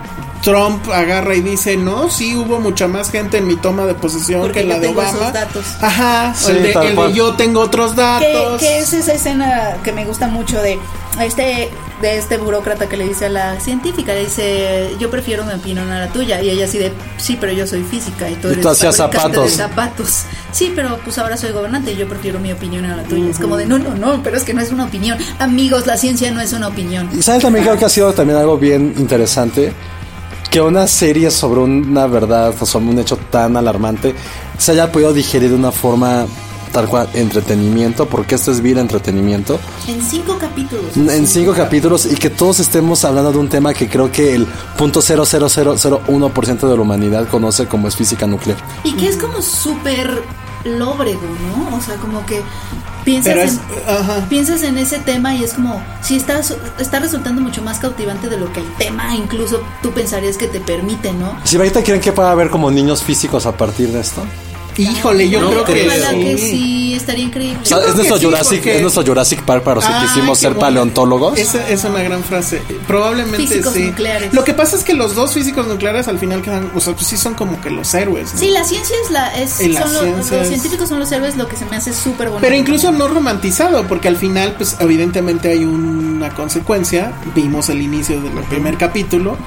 Speaker 6: Trump agarra y dice, no, sí hubo mucha más gente en mi toma de posesión
Speaker 4: Porque
Speaker 6: que la
Speaker 4: yo
Speaker 6: de
Speaker 4: tengo
Speaker 6: Obama.
Speaker 4: esos datos.
Speaker 6: Ajá,
Speaker 5: Sí,
Speaker 6: el, de,
Speaker 5: tal
Speaker 6: el de
Speaker 5: cual.
Speaker 6: yo tengo otros
Speaker 12: Que,
Speaker 6: datos.
Speaker 12: que es esa escena que me gusta mucho de
Speaker 4: este de este burócrata que le dice a la científica, le dice, yo prefiero mi opinión a la tuya. Y ella así de, sí, pero yo soy física y tú
Speaker 5: Y
Speaker 4: eres
Speaker 5: tú hacías
Speaker 4: fabricante de
Speaker 5: zapatos".
Speaker 4: zapatos. Sí, pero pues ahora soy gobernante y yo prefiero mi opinión a la tuya. Es como de, no, no, no, pero es que no es una opinión. Amigos, la ciencia no es una opinión.
Speaker 5: Y sabes también creo que ha sido también algo bien interesante que una serie sobre una verdad o sobre un hecho tan alarmante se haya podido digerir de una forma tal cual entretenimiento, porque esto es bien entretenimiento,
Speaker 4: En cinco capítulos.
Speaker 5: en cinco capítulos y que todos estemos hablando de un tema que creo que el punto 0.0001% de la humanidad conoce como es física nuclear.
Speaker 4: Y que es como súper lóbrego, ¿no? O sea, como que piensas,
Speaker 6: Pero es-
Speaker 4: en,
Speaker 6: ajá.
Speaker 4: piensas en ese tema y es como, si está, su- está resultando mucho más cautivante de lo que el tema incluso tú pensarías que te permite, ¿no?
Speaker 5: Si ahorita creen que pueda haber como niños físicos a partir de esto.
Speaker 6: Híjole, yo
Speaker 7: No
Speaker 6: creo que...
Speaker 4: Ojalá
Speaker 6: sí.
Speaker 4: que sí, estaría increíble.
Speaker 5: O sea,
Speaker 6: creo
Speaker 5: es,
Speaker 6: que
Speaker 5: nuestro
Speaker 6: sí,
Speaker 5: Jurassic,
Speaker 6: porque-
Speaker 5: es nuestro Jurassic Park para los que
Speaker 6: Ay,
Speaker 5: quisimos
Speaker 6: qué
Speaker 5: ser
Speaker 6: bueno.
Speaker 5: paleontólogos.
Speaker 6: Esa es una gran frase. Probablemente
Speaker 4: Físicos
Speaker 6: sí.
Speaker 4: nucleares.
Speaker 6: Lo que pasa es que los dos físicos nucleares al final quedan, o sea, pues sí son como que los héroes. ¿no?
Speaker 4: Sí, la ciencia es la... Es,
Speaker 6: Y la
Speaker 4: son los-
Speaker 6: ciencia
Speaker 4: los
Speaker 6: es-
Speaker 4: científicos son los héroes, lo que se me hace súper bonito.
Speaker 6: Pero incluso no romantizado, porque al final, pues evidentemente hay una consecuencia. Vimos el inicio del primer capítulo.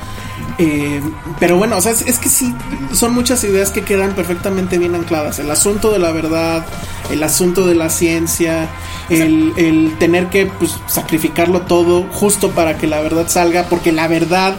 Speaker 6: Eh, pero bueno, o sea, es, es que sí, son muchas ideas que quedan perfectamente bien ancladas. El asunto de la verdad, el asunto de la ciencia, el, el tener que pues, sacrificarlo todo justo para que la verdad salga, porque la verdad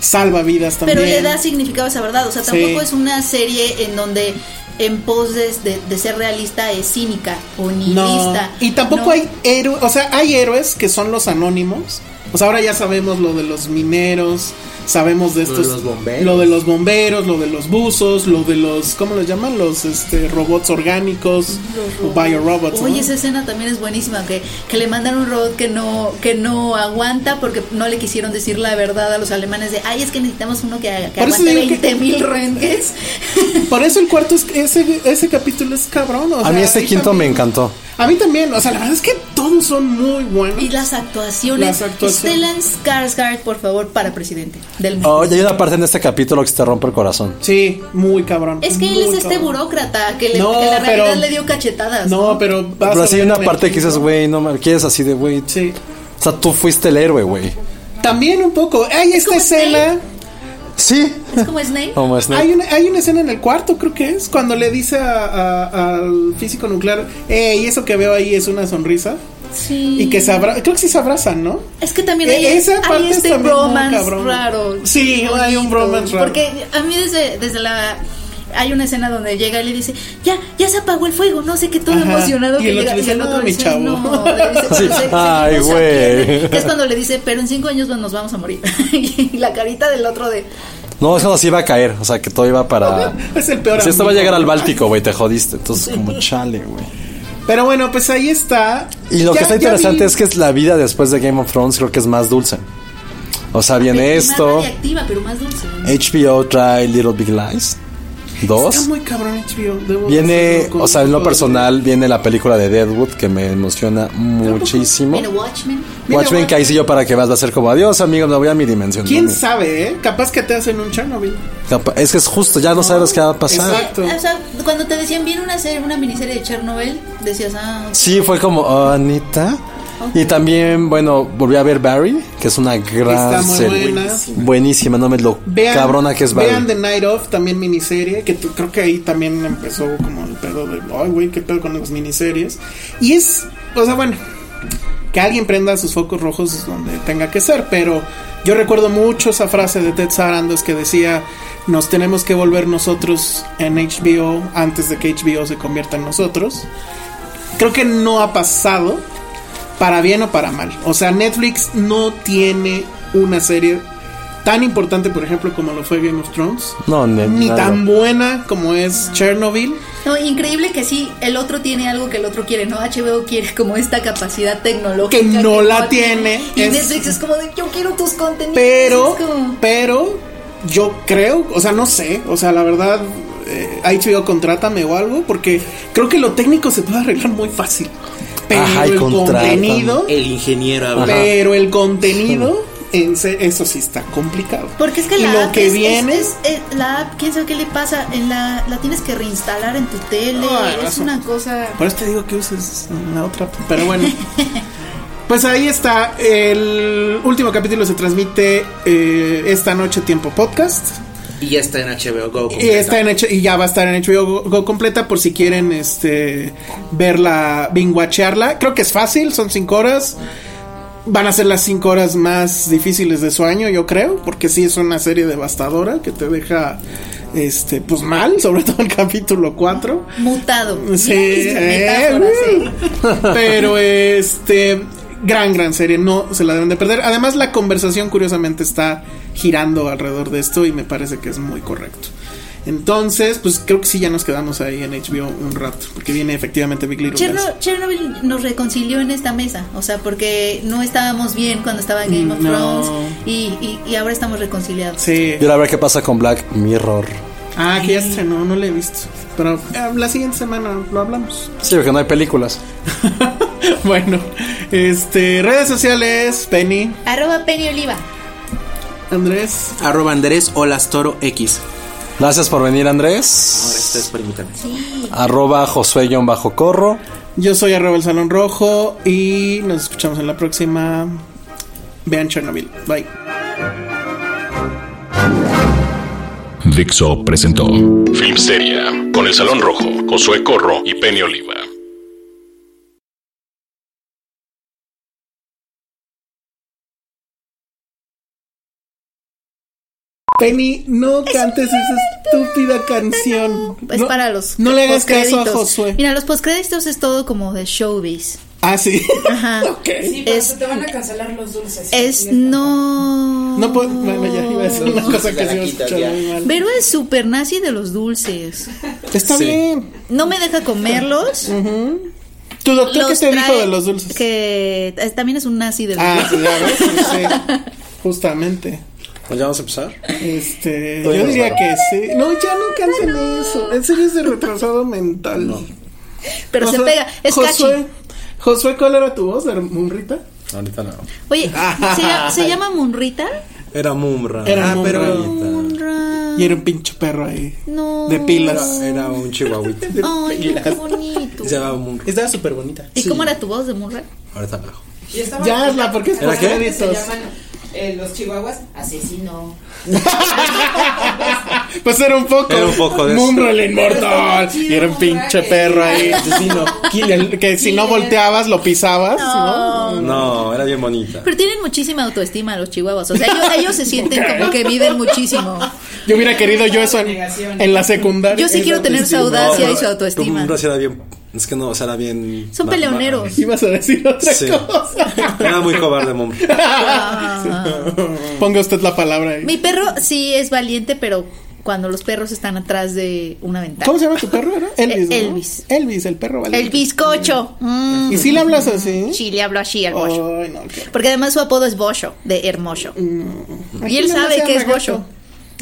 Speaker 6: salva vidas también.
Speaker 4: Pero le da significado a esa verdad. O sea,
Speaker 6: Sí.
Speaker 4: tampoco es una serie en donde en pos de, de- de ser realista es cínica o nihilista.
Speaker 6: Y tampoco
Speaker 4: No.
Speaker 6: hay héroes, o sea, hay héroes que son los anónimos. O sea, ahora ya sabemos lo de los mineros, sabemos de
Speaker 7: Lo
Speaker 6: estos
Speaker 7: de los bomberos.
Speaker 6: lo de los bomberos, lo de los buzos, lo de los ¿cómo los llaman? Los este robots orgánicos,
Speaker 4: Los
Speaker 6: o biorobots.
Speaker 4: Oye,
Speaker 6: ¿no?
Speaker 4: esa escena también es buenísima, que, que le mandan un robot que no, que no aguanta porque no le quisieron decir la verdad a los alemanes de, ay, es que necesitamos uno que, que
Speaker 6: Por eso
Speaker 4: aguante
Speaker 6: digo
Speaker 4: 20
Speaker 6: que-
Speaker 4: mil rengues.
Speaker 6: Por eso el cuarto es ese ese capítulo es cabrón, o
Speaker 5: a
Speaker 6: sea,
Speaker 5: mí este
Speaker 6: ahí
Speaker 5: quinto
Speaker 6: también-
Speaker 5: me encantó.
Speaker 6: A mí también, o sea, la verdad es que todos son muy buenos.
Speaker 4: Y las actuaciones.
Speaker 6: Las actuaciones.
Speaker 4: Stellan Skarsgård, por favor, para presidente del mundo.
Speaker 5: Oh, y hay una parte en este capítulo que se te rompe el corazón.
Speaker 6: Sí, muy cabrón.
Speaker 4: Es que él
Speaker 6: Muy
Speaker 4: es este
Speaker 6: cabrón.
Speaker 4: burócrata que, le-
Speaker 6: No,
Speaker 4: que la realidad
Speaker 6: pero-
Speaker 4: le dio cachetadas.
Speaker 6: No, pero vas
Speaker 5: Pero
Speaker 6: a
Speaker 5: así hay
Speaker 6: ver
Speaker 5: una
Speaker 6: en el
Speaker 5: parte que dices, güey, no me quieres así de, güey.
Speaker 6: Sí.
Speaker 5: O sea, tú fuiste el héroe, güey.
Speaker 6: También un poco. Hay esta
Speaker 4: este
Speaker 6: escena.
Speaker 5: Sí.
Speaker 4: Es como Snape.
Speaker 5: Como Snape.
Speaker 6: Hay una, hay una escena en el cuarto, creo que es, cuando le dice a- a- al físico nuclear, hey, eso que veo ahí es una sonrisa.
Speaker 4: Sí.
Speaker 6: Y que se abra creo que sí se abrazan, ¿no?
Speaker 4: Es que también hay,
Speaker 6: E- esa
Speaker 4: hay
Speaker 6: parte es
Speaker 4: este
Speaker 6: también muy
Speaker 4: bromance
Speaker 6: cabrón.
Speaker 4: raro.
Speaker 6: Sí, hay un bromance raro.
Speaker 4: Porque a mí desde, desde la... Hay una escena donde llega y le dice, ya, ya se apagó el fuego, no sé qué, todo
Speaker 6: Ajá.
Speaker 4: emocionado
Speaker 6: Y
Speaker 4: que
Speaker 6: el
Speaker 4: llega.
Speaker 6: otro dice, "No, mi
Speaker 4: dice,
Speaker 6: chavo".
Speaker 4: "No", le dice, "Pues,
Speaker 5: Sí.
Speaker 4: "Se- se-
Speaker 5: Ay,
Speaker 4: seguimos
Speaker 5: güey.
Speaker 4: aquí". Que es cuando le dice, pero en cinco años pues, nos vamos a morir. y la carita del otro de,
Speaker 5: No, eso así iba a caer. O sea, que todo iba para.
Speaker 6: Es el peor.
Speaker 5: Si esto va a
Speaker 6: amigo.
Speaker 5: llegar al Báltico, güey, te jodiste. Entonces, como chale, güey.
Speaker 6: Pero bueno, pues ahí está.
Speaker 5: Y lo
Speaker 6: Ya-
Speaker 5: que está
Speaker 6: ya
Speaker 5: interesante
Speaker 6: vi-
Speaker 5: es que es la vida después de Game of Thrones creo que es más dulce. O sea, viene esto.
Speaker 4: Más radiactiva, pero más dulce.
Speaker 5: HBO trae Little Big Lies.
Speaker 6: Está
Speaker 5: Dos.
Speaker 6: muy cabrón HBO. debo
Speaker 5: Viene,
Speaker 6: decirlo, con ¿eh?
Speaker 5: o sea, en lo
Speaker 6: todo.
Speaker 5: personal, viene la película de Deadwood que me emociona muchísimo.
Speaker 4: Pero Watchmen.
Speaker 5: Watchmen que ahí sí yo para que vas va a ser como adiós, amigo, me voy a mi dimensión.
Speaker 6: ¿Quién
Speaker 5: ¿no?
Speaker 6: sabe, eh? Capaz que te hacen un Chernobyl.
Speaker 5: Capa- Es que es justo, ya no sabes qué va a pasar.
Speaker 6: Exacto.
Speaker 4: O sea, cuando te decían, viene una serie, una miniserie de Chernobyl, decías, ah,
Speaker 5: Sí, fue como, "Oh, Anita. Y también, bueno, volví a ver Barry, que es una gran
Speaker 6: Está muy
Speaker 5: serie.
Speaker 6: buena.
Speaker 5: Buenísima. Buenísima, no me lo
Speaker 6: Vean,
Speaker 5: cabrona que es Barry.
Speaker 6: vean The Night Of, también miniserie, que t- creo que ahí también empezó como el pedo de, ay, güey, qué pedo con las miniseries. Y es, o sea, bueno, que alguien prenda sus focos rojos donde tenga que ser, pero yo recuerdo mucho esa frase de Ted Sarandos que decía, nos tenemos que volver nosotros en HBO antes de que HBO se convierta en nosotros. Creo que no ha pasado, para bien o para mal. O sea, Netflix no tiene una serie tan importante, por ejemplo, como lo fue Game of Thrones.
Speaker 5: No, ne-
Speaker 6: Ni
Speaker 5: nada.
Speaker 6: tan buena como es Chernobyl.
Speaker 4: No, increíble que sí, el otro tiene algo que el otro quiere, ¿no? HBO quiere como esta capacidad tecnológica.
Speaker 6: Que no la tiene,
Speaker 4: Y
Speaker 6: es-
Speaker 4: Netflix es como de, yo quiero tus contenidos.
Speaker 6: Pero,
Speaker 4: Es como-
Speaker 6: pero, yo creo, o sea, no sé, o sea, la verdad, eh, HBO contrátame o algo, porque creo que lo técnico se puede arreglar muy fácil. Pero
Speaker 5: Ajá, y
Speaker 6: el
Speaker 5: contrátame.
Speaker 6: contenido,
Speaker 7: El ingeniero habla.
Speaker 6: pero el contenido, en se- eso sí está complicado.
Speaker 4: Porque es que
Speaker 6: y
Speaker 4: la
Speaker 6: lo
Speaker 4: app
Speaker 6: que
Speaker 4: es-
Speaker 6: viene-
Speaker 4: es- es- es- la app, quién sabe qué le pasa, en la, la tienes que reinstalar en tu tele,
Speaker 6: Ah,
Speaker 4: es
Speaker 6: razón.
Speaker 4: una cosa...
Speaker 6: Por eso te digo que uses la otra. Pero bueno. Pues ahí está. El último capítulo se transmite eh, esta noche tiempo podcast.
Speaker 7: Y ya está en HBO Go.
Speaker 6: Y, está en hecho, y ya va a estar en HBO Go, Go completa por si quieren este verla, binguachearla. Creo que es fácil, son cinco horas. Van a ser las cinco horas más difíciles de su año, yo creo, porque sí es una serie devastadora que te deja este pues mal, sobre todo el capítulo 4.
Speaker 4: Mutado.
Speaker 6: Sí,
Speaker 4: Mira mis
Speaker 6: eh,
Speaker 4: metáforas,
Speaker 6: uh.
Speaker 4: eh.
Speaker 6: Pero este. Gran, gran serie, no se la deben de perder. Además, la conversación curiosamente está girando alrededor de esto y me parece que es muy correcto. Entonces, pues creo que sí, ya nos quedamos ahí en HBO un rato, porque viene efectivamente Big Little Lies.
Speaker 4: Cherno- Chernobyl nos reconcilió en esta mesa, o sea, porque no estábamos bien cuando estaba en Game of
Speaker 6: No.
Speaker 4: Thrones y, y- y ahora estamos reconciliados.
Speaker 6: Sí.
Speaker 5: Y ahora a ver qué pasa con Black Mirror.
Speaker 6: Ah, que ya estrenó, no la he visto. Pero eh, la siguiente semana lo hablamos.
Speaker 5: Sí, porque no hay películas.
Speaker 6: bueno, este, redes sociales, Penny,
Speaker 4: Arroba Penny Oliva.
Speaker 6: Andrés.
Speaker 7: Arroba Andrés Olastoro X.
Speaker 5: Gracias por venir, Andrés.
Speaker 7: Esto es por invitarme.
Speaker 5: Arroba Josué-Corro.
Speaker 6: Yo soy arroba el salón rojo y nos escuchamos en la próxima. Vean Chernobyl. Bye.
Speaker 2: Dixo presentó Filmsteria con el Salón Rojo, Josué Corro y Penny Oliva.
Speaker 6: Penny, no cantes esa estúpida canción.
Speaker 4: Es
Speaker 6: No-
Speaker 4: para los.
Speaker 6: No le hagas caso
Speaker 4: postcréditos.
Speaker 6: a Josué.
Speaker 4: Mira, los postcréditos es todo como de showbiz.
Speaker 6: Ah, sí.
Speaker 4: Ajá.
Speaker 9: Sí, pero
Speaker 4: Es-
Speaker 9: te van a cancelar los dulces.
Speaker 4: Es no.
Speaker 6: No puedo. Bueno, ya iba a decir una cosa que se iba a escuchar muy mal.
Speaker 4: Vero es super nazi de los dulces.
Speaker 6: Está bien.
Speaker 4: No me deja comerlos.
Speaker 6: ¿Tu doctor qué
Speaker 4: Los
Speaker 6: te dijo
Speaker 4: trae-
Speaker 6: de los dulces?
Speaker 4: Que eh, también es un nazi de los
Speaker 6: Ah,
Speaker 4: dulces.
Speaker 6: sí, ya ves, sí, sí. Justamente.
Speaker 5: Pues ya vamos a empezar.
Speaker 6: Este,
Speaker 5: Todavía
Speaker 6: yo
Speaker 5: no
Speaker 6: diría
Speaker 5: sabe.
Speaker 6: que sí. No, ya no canten eso. En serio es de retrasado mental.
Speaker 4: Pero
Speaker 6: O
Speaker 4: se
Speaker 6: sea,
Speaker 4: pega. Es
Speaker 6: Josué,
Speaker 4: cachi.
Speaker 6: Josué, ¿cuál era tu voz? ¿Era Mumrita?
Speaker 5: Ahorita no.
Speaker 4: Oye,
Speaker 6: Ah.
Speaker 4: ¿se, llama- se llama Munrita?
Speaker 5: Era Mumra.
Speaker 6: Era
Speaker 5: Ah,
Speaker 6: Mumra.
Speaker 4: Munra.
Speaker 6: Y era un pinche perro ahí.
Speaker 4: No.
Speaker 6: De pilas.
Speaker 5: Era, era un chihuahuita.
Speaker 4: Ay, no, qué bonito.
Speaker 5: Se llamaba Mumra.
Speaker 6: Estaba súper bonita.
Speaker 4: ¿Y cómo era tu voz de Munra?
Speaker 5: Ahorita abajo.
Speaker 9: Y estaban-
Speaker 6: Ya hazla, porque es
Speaker 5: ¿Era
Speaker 6: por
Speaker 5: qué?
Speaker 9: Se
Speaker 6: créditos.
Speaker 9: llaman eh, los chihuahuas asesino.
Speaker 6: Pues era un poco.
Speaker 5: Era un poco de eso.
Speaker 6: Mumra el inmortal. Y era un pinche perro ahí. asesino. Kill- que si no volteabas, lo pisabas. ¿no?
Speaker 5: No, era bien bonita.
Speaker 4: Pero tienen muchísima autoestima los chihuahuas. O sea, ellos, ellos se sienten como que viven muchísimo.
Speaker 6: Yo hubiera querido yo eso en, en la secundaria.
Speaker 4: Yo sí quiero tener su
Speaker 5: No,
Speaker 4: audacia
Speaker 5: pero
Speaker 4: y su
Speaker 5: tu
Speaker 4: autoestima.
Speaker 5: Mumra sí era bien. Es que no, o sea, era bien.
Speaker 4: Son
Speaker 5: ma- ma-
Speaker 4: peleoneros.
Speaker 6: Ibas a decir otra
Speaker 5: Sí.
Speaker 6: cosa.
Speaker 5: Era muy cobarde Mumra.
Speaker 6: Ponga usted la palabra ahí.
Speaker 4: Mi perro sí es valiente, pero cuando los perros están atrás de una ventana.
Speaker 6: ¿Cómo se llama tu perro? era? Elvis. ¿no?
Speaker 4: E- Elvis.
Speaker 6: Elvis, el perro valiente.
Speaker 4: El bizcocho. Mm,
Speaker 6: ¿Y si le hablas así?
Speaker 4: sí, le hablo así al bocho.
Speaker 6: Ay, no, qué-
Speaker 4: Porque además su apodo es Bosho, de hermoso. Y él
Speaker 6: Imagínate,
Speaker 4: sabe
Speaker 6: se
Speaker 4: que es
Speaker 6: llama
Speaker 4: bocho.
Speaker 6: gato.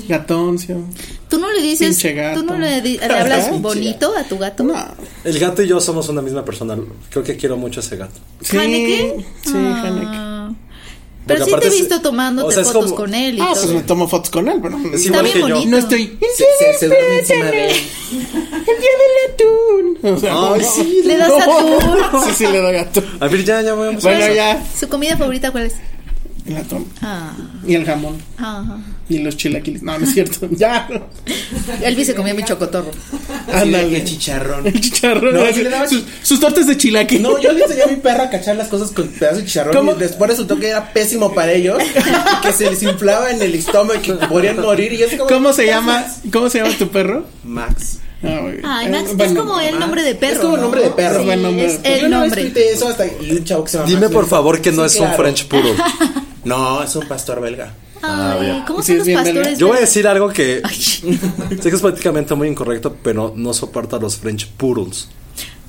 Speaker 6: Gatoncio.
Speaker 4: Tú no le dices,
Speaker 6: Pinche gato.
Speaker 4: tú no le, di- le hablas
Speaker 6: Pinche
Speaker 4: bonito a tu gato.
Speaker 6: No.
Speaker 5: El gato y yo somos una misma persona. Creo que quiero mucho a ese gato.
Speaker 6: Sí,
Speaker 4: ¿Haneke?
Speaker 6: sí, Haneke.
Speaker 4: Ah. Pero
Speaker 5: Porque
Speaker 4: sí te he
Speaker 5: aparte
Speaker 4: visto
Speaker 5: se-
Speaker 4: tomándote
Speaker 5: o sea, es
Speaker 4: fotos
Speaker 5: como-
Speaker 4: con él y
Speaker 6: Ah, pues
Speaker 4: todo.
Speaker 6: me tomo fotos con él, pero
Speaker 5: Es
Speaker 4: Está
Speaker 5: igual
Speaker 4: bien
Speaker 5: que yo.
Speaker 4: bonito.
Speaker 6: no estoy.
Speaker 10: Se, se, se duerme encima de él.
Speaker 6: El día del atún. O sea,
Speaker 5: Ay, sí.
Speaker 4: Le das atún.
Speaker 6: Sí, sí, le doy atún.
Speaker 5: A ver, ya, ya voy a empezar.
Speaker 6: Bueno, ya.
Speaker 4: ¿Su comida favorita cuál es?
Speaker 6: El atún.
Speaker 4: Ah,
Speaker 6: Y el jamón.
Speaker 4: ah.
Speaker 6: Y los chilaquiles. No, no es cierto. Ya.
Speaker 4: Elvis se comió mi chocotorro.
Speaker 10: Ándale.
Speaker 6: Ándale.
Speaker 10: chicharrón.
Speaker 6: El chicharrón.
Speaker 10: No,
Speaker 6: así,
Speaker 10: sí le daba
Speaker 6: sus, sus tortas de chilaquil.
Speaker 10: No, yo le enseñé a mi perro a cachar las cosas con pedazos de chicharrón
Speaker 6: ¿Cómo?
Speaker 10: y después resultó que era pésimo para ellos, que se les inflaba en el estómago y que podrían morir y es como
Speaker 6: ¿Cómo se llama? ¿Cómo se llama tu perro?
Speaker 10: Max.
Speaker 6: Ah, muy bien.
Speaker 4: Ay,
Speaker 6: Eh,
Speaker 4: Max, es
Speaker 6: bueno,
Speaker 4: como el nombre de perro.
Speaker 10: es como el
Speaker 4: ¿no?
Speaker 10: nombre de perro.
Speaker 4: Sí,
Speaker 6: Buen nombre de
Speaker 4: es
Speaker 6: perro.
Speaker 10: Yo
Speaker 4: el
Speaker 10: una vez
Speaker 4: nombre.
Speaker 10: tuiteé eso hasta y un chavo que se llama
Speaker 5: Dime
Speaker 10: Max
Speaker 5: por
Speaker 10: me-
Speaker 5: favor que no
Speaker 10: Sí,
Speaker 5: es un
Speaker 10: claro.
Speaker 5: French puro.
Speaker 10: No, es un pastor belga.
Speaker 5: Ah,
Speaker 4: Ay, Ah, ¿cómo son
Speaker 6: Sí, es
Speaker 4: los
Speaker 6: bien belga.
Speaker 4: pastores?
Speaker 5: Yo voy a decir algo que sé que es prácticamente muy incorrecto, pero no soporta los French Poodles.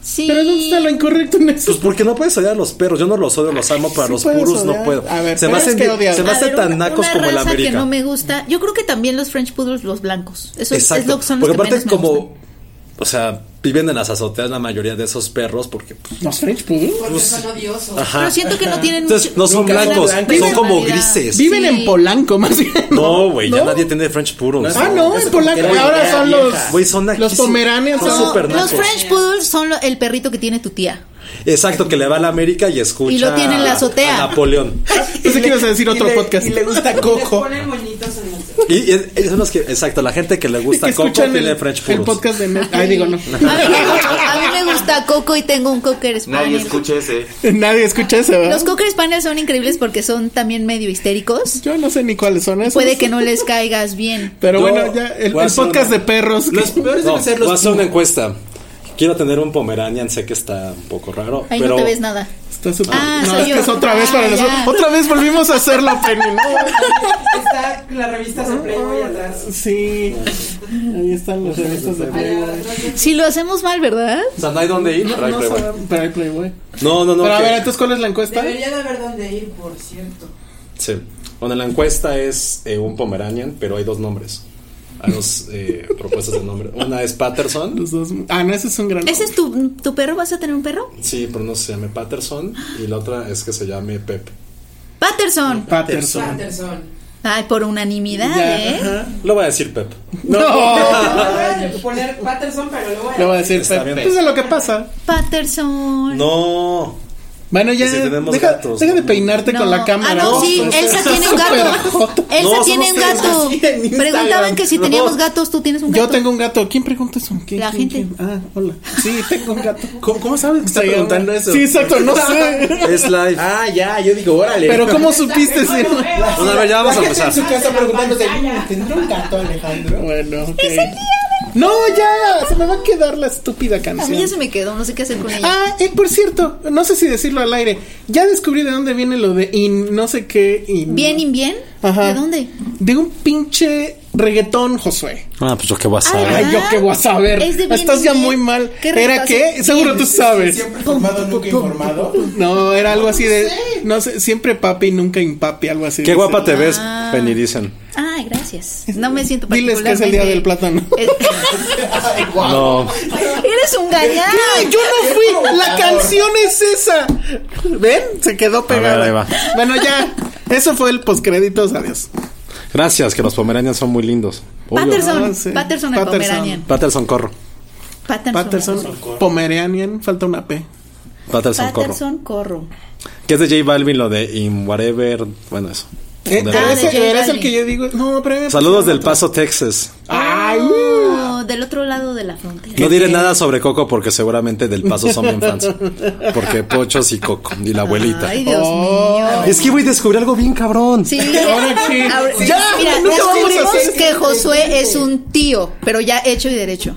Speaker 4: Sí.
Speaker 6: Pero ¿dónde está lo incorrecto en eso?
Speaker 5: Pues porque no puedes odiar a los perros. Yo no los odio, los amo, pero a
Speaker 6: sí
Speaker 5: los
Speaker 6: puedes
Speaker 5: Poodles no
Speaker 6: odiar.
Speaker 5: puedo.
Speaker 6: A ver,
Speaker 5: se me
Speaker 6: pero es
Speaker 5: hacen,
Speaker 6: que
Speaker 5: bien-
Speaker 6: odiar.
Speaker 5: se me
Speaker 4: A
Speaker 5: hacen
Speaker 4: ver,
Speaker 5: tan
Speaker 4: una-
Speaker 5: nacos
Speaker 4: una
Speaker 5: como el
Speaker 4: raza
Speaker 5: América.
Speaker 4: que no me gusta. Yo creo que también los French Poodles, los blancos. Eso es- es lo
Speaker 5: Exacto.
Speaker 4: que son los
Speaker 5: porque
Speaker 4: que
Speaker 5: aparte
Speaker 4: menos me gustan.
Speaker 5: como, o sea, viven en las azoteas la mayoría de esos perros porque pues,
Speaker 6: ¿Los French Poodle?
Speaker 9: Porque son odiosos.
Speaker 5: ajá.
Speaker 4: Pero siento que no tienen
Speaker 5: Entonces
Speaker 4: mucho-
Speaker 5: no son
Speaker 4: nunca
Speaker 5: blancos,
Speaker 4: una gran
Speaker 5: son como
Speaker 4: personalidad.
Speaker 5: grises.
Speaker 6: Viven en Polanco, más bien.
Speaker 5: No, güey, ya nadie tiene French Poodles.
Speaker 6: Ah, no, en Polanco.
Speaker 10: Era
Speaker 6: Ahora
Speaker 10: vieja,
Speaker 6: son
Speaker 10: vieja.
Speaker 6: los.
Speaker 5: Güey, son
Speaker 6: Los
Speaker 5: naquísimos.
Speaker 6: pomeranians
Speaker 5: Son
Speaker 6: son
Speaker 4: No,
Speaker 5: súper
Speaker 4: los
Speaker 5: nacos.
Speaker 4: French Poodles son lo- el perrito que tiene tu tía.
Speaker 5: Exacto, que le va a la América y escucha.
Speaker 4: Y lo tiene en la
Speaker 5: a-
Speaker 4: azotea.
Speaker 5: a Napoleón.
Speaker 6: Pensé que ibas a decir
Speaker 10: Y
Speaker 6: otro
Speaker 10: le-
Speaker 6: podcast.
Speaker 10: Y le gusta
Speaker 9: Les
Speaker 10: Coco.
Speaker 9: ponen moñitos en el...
Speaker 5: Y, y es- son los que, exacto, la gente que le
Speaker 6: Que
Speaker 5: gusta Coco
Speaker 6: escuchan
Speaker 5: tiene
Speaker 6: el,
Speaker 5: French
Speaker 6: el
Speaker 5: Poodles.
Speaker 6: podcast de Net. Ay, digo, no.
Speaker 4: A mí, me gusta, a mí me gusta Coco y tengo un Cocker
Speaker 13: Nadie
Speaker 4: Spaniel.
Speaker 13: escucha ese.
Speaker 6: Nadie escucha eso, ¿verdad?
Speaker 4: Los Cocker Spaniels son increíbles porque son también medio histéricos.
Speaker 6: Yo no sé ni cuáles son esos.
Speaker 4: Puede que no les caigas bien.
Speaker 6: Pero
Speaker 5: Yo
Speaker 6: bueno, ya. El,
Speaker 5: voy a
Speaker 6: el
Speaker 5: hacer
Speaker 6: podcast
Speaker 5: una-
Speaker 6: de perros.
Speaker 10: Los peores
Speaker 5: No,
Speaker 10: deben ser
Speaker 5: voy a
Speaker 10: los
Speaker 5: hacer una encuesta. Quiero tener un Pomeranian, sé que está un poco raro,
Speaker 4: Ahí
Speaker 5: pero
Speaker 4: no te ves nada.
Speaker 6: Está súper.
Speaker 4: Ah,
Speaker 6: no,
Speaker 4: soy
Speaker 6: es
Speaker 4: yo.
Speaker 6: que es otra vez
Speaker 4: Ah,
Speaker 6: para
Speaker 4: ya.
Speaker 6: nosotros. Otra vez volvimos a hacerlo, Penny, ¿no?
Speaker 9: Está la revista de Playboy atrás.
Speaker 6: Sí. Ahí están los revistas de Playboy.
Speaker 4: Si lo hacemos mal, ¿verdad?
Speaker 5: O sea, no hay dónde ir. pero hay
Speaker 6: No,
Speaker 5: prueba.
Speaker 6: saben, pero hay Playboy.
Speaker 5: No, no, no.
Speaker 6: Pero a
Speaker 5: que-
Speaker 6: ver, entonces, ¿cuál es la encuesta?
Speaker 9: Debería de haber dónde ir, por cierto.
Speaker 5: sí. Bueno, la encuesta es eh, un Pomeranian, pero hay dos nombres. Hay dos eh, propuestas de nombre. Una es Patterson.
Speaker 6: Los dos. Ah, no, ese es un gran.
Speaker 4: ¿Ese es tu, tu perro? ¿Vas a tener un perro?
Speaker 5: Sí, pero no se llame Patterson. Y la otra es que se llame Pep.
Speaker 4: Patterson.
Speaker 6: Patterson.
Speaker 9: Patterson.
Speaker 4: Ay, por unanimidad,
Speaker 6: Ya,
Speaker 4: ¿eh?
Speaker 5: Lo voy a decir Pep.
Speaker 9: Voy a poner Patterson, pero lo voy a...
Speaker 6: Le voy a decir pues,
Speaker 5: Está bien.
Speaker 6: Pepe. Eso es lo que pasa.
Speaker 4: Patterson.
Speaker 5: No.
Speaker 6: Bueno, ya.
Speaker 14: Que si tenemos
Speaker 6: deja,
Speaker 14: gatos,
Speaker 6: deja de
Speaker 14: ¿no?
Speaker 6: peinarte
Speaker 4: No.
Speaker 6: con la cámara. Pues,
Speaker 4: Ah, no, sí, Elsa tiene un gato. Elsa tiene un gato. Preguntaban que si teníamos gatos, tú tienes un gato.
Speaker 6: Yo tengo un gato. ¿Quién pregunta eso? ¿Quién,
Speaker 4: La
Speaker 6: quién,
Speaker 4: gente.
Speaker 6: quién? Ah, hola. Sí, tengo un gato.
Speaker 15: ¿Cómo, cómo sabes que está
Speaker 6: Sí,
Speaker 15: preguntando
Speaker 6: ahora-
Speaker 15: eso?
Speaker 6: Sí, exacto, no sé.
Speaker 14: Es live.
Speaker 15: Ah, ya, yo digo, órale.
Speaker 6: Pero ¿cómo supiste si no?
Speaker 14: Bueno, a ver, ya vamos a
Speaker 15: La gente
Speaker 14: empezar.
Speaker 15: en su casa preguntándose, ¿tendrá un gato Alejandro?
Speaker 6: Bueno, ok. No, ya, se me va a quedar la estúpida
Speaker 4: A mí ya se
Speaker 6: canción.
Speaker 4: me quedó, no sé qué hacer con ella.
Speaker 6: Ah, eh, por cierto, no sé si decirlo al aire. Ya descubrí de dónde viene lo de in, no sé qué in.
Speaker 4: ¿Bien y bien?
Speaker 6: Ajá.
Speaker 4: ¿De dónde?
Speaker 6: De un pinche reggaetón, Josué.
Speaker 5: Ah, pues yo qué voy a saber.
Speaker 6: Ay, yo qué voy a saber.
Speaker 4: Ah, Es de bien
Speaker 6: Estás
Speaker 4: y
Speaker 6: ya
Speaker 4: bien.
Speaker 6: muy mal.
Speaker 4: ¿Qué
Speaker 6: ¿Era
Speaker 4: reggaetón?
Speaker 6: qué?
Speaker 4: Bien.
Speaker 6: Seguro tú sabes.
Speaker 15: Siempre formado, nunca informado.
Speaker 6: No, era algo así de. No sé, siempre papi, nunca impapi, algo así.
Speaker 5: Qué
Speaker 6: dice.
Speaker 5: guapa te ves,
Speaker 4: "Ah".
Speaker 5: Penny, dicen.
Speaker 4: Ay, gracias. No me siento
Speaker 6: Diles que es el día del
Speaker 4: particularmente-
Speaker 6: plátano.
Speaker 5: No.
Speaker 4: Eres un gañán.
Speaker 6: ¡Ay, yo no fui! ¡La canción es esa! ¿Ven? Se quedó pegada.
Speaker 5: ver, ahí va.
Speaker 6: Bueno, ya. Eso fue el postcréditos. Adiós.
Speaker 5: Gracias, que los pomeranians son muy lindos. Uy,
Speaker 4: Patterson.
Speaker 6: Ah, sí.
Speaker 4: Patterson el
Speaker 6: Patterson.
Speaker 4: Pomeranian.
Speaker 5: Patterson Corro.
Speaker 4: Patterson.
Speaker 6: Patterson, Pomeranian, falta una P.
Speaker 5: Patterson Corro.
Speaker 4: Patterson Corro.
Speaker 5: Que es de J Balvin, lo de In Whatever. Bueno, eso.
Speaker 6: Eh,
Speaker 5: De-
Speaker 6: pero
Speaker 4: Ah,
Speaker 6: ese
Speaker 4: de J
Speaker 6: era ese el
Speaker 4: Balvin.
Speaker 6: que yo digo. No, pero.
Speaker 5: Saludos del Paso, Texas.
Speaker 6: ¡Ay!
Speaker 4: Oh, del otro lado de la frontera.
Speaker 5: No diré nada sobre Coco porque seguramente del Paso son bien fans. Porque Pochos y Coco y la abuelita.
Speaker 4: Ay, Dios mío.
Speaker 5: Es que voy a descubrir algo bien cabrón.
Speaker 4: Sí.
Speaker 6: Oh. Ahora sí.
Speaker 4: Ahora-
Speaker 6: Ya,
Speaker 4: mira,
Speaker 6: nunca
Speaker 4: descubrimos
Speaker 6: vamos a hacer
Speaker 4: que Josué es un tío, pero ya hecho y derecho.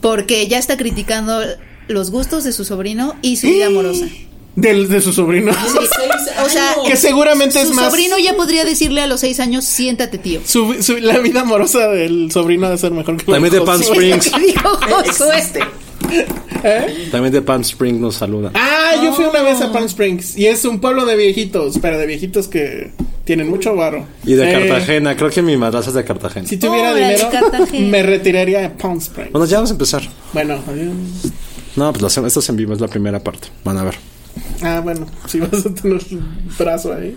Speaker 4: Porque ya está criticando los gustos de su sobrino y su vida amorosa.
Speaker 6: Del, de su sobrino.
Speaker 4: O sea,
Speaker 6: que seguramente es
Speaker 4: su
Speaker 6: más.
Speaker 4: sobrino ya podría decirle a los seis años, siéntate tío.
Speaker 6: su- su- la vida amorosa del sobrino de ser mejor que la
Speaker 5: También de
Speaker 6: Josué.
Speaker 5: Palm Springs.
Speaker 4: Dijo Josué.
Speaker 6: ¿Eh?
Speaker 5: También de Palm Springs nos saluda.
Speaker 6: Ah, yo fui una vez a Palm Springs. Y es un pueblo de viejitos. Pero de viejitos que tienen mucho varo.
Speaker 5: Y de
Speaker 6: Eh,
Speaker 5: Cartagena, creo que mi madraza es de Cartagena.
Speaker 6: Si tuviera
Speaker 4: Órale,
Speaker 6: dinero,
Speaker 4: Cartagena.
Speaker 6: me retiraría de Palm Springs.
Speaker 5: Bueno, ya vamos a empezar.
Speaker 6: Bueno, adiós.
Speaker 5: No, pues lo hacemos- esto es en vivo, es la primera parte. Van a ver.
Speaker 6: Ah, bueno, si vas a tener un brazo ahí.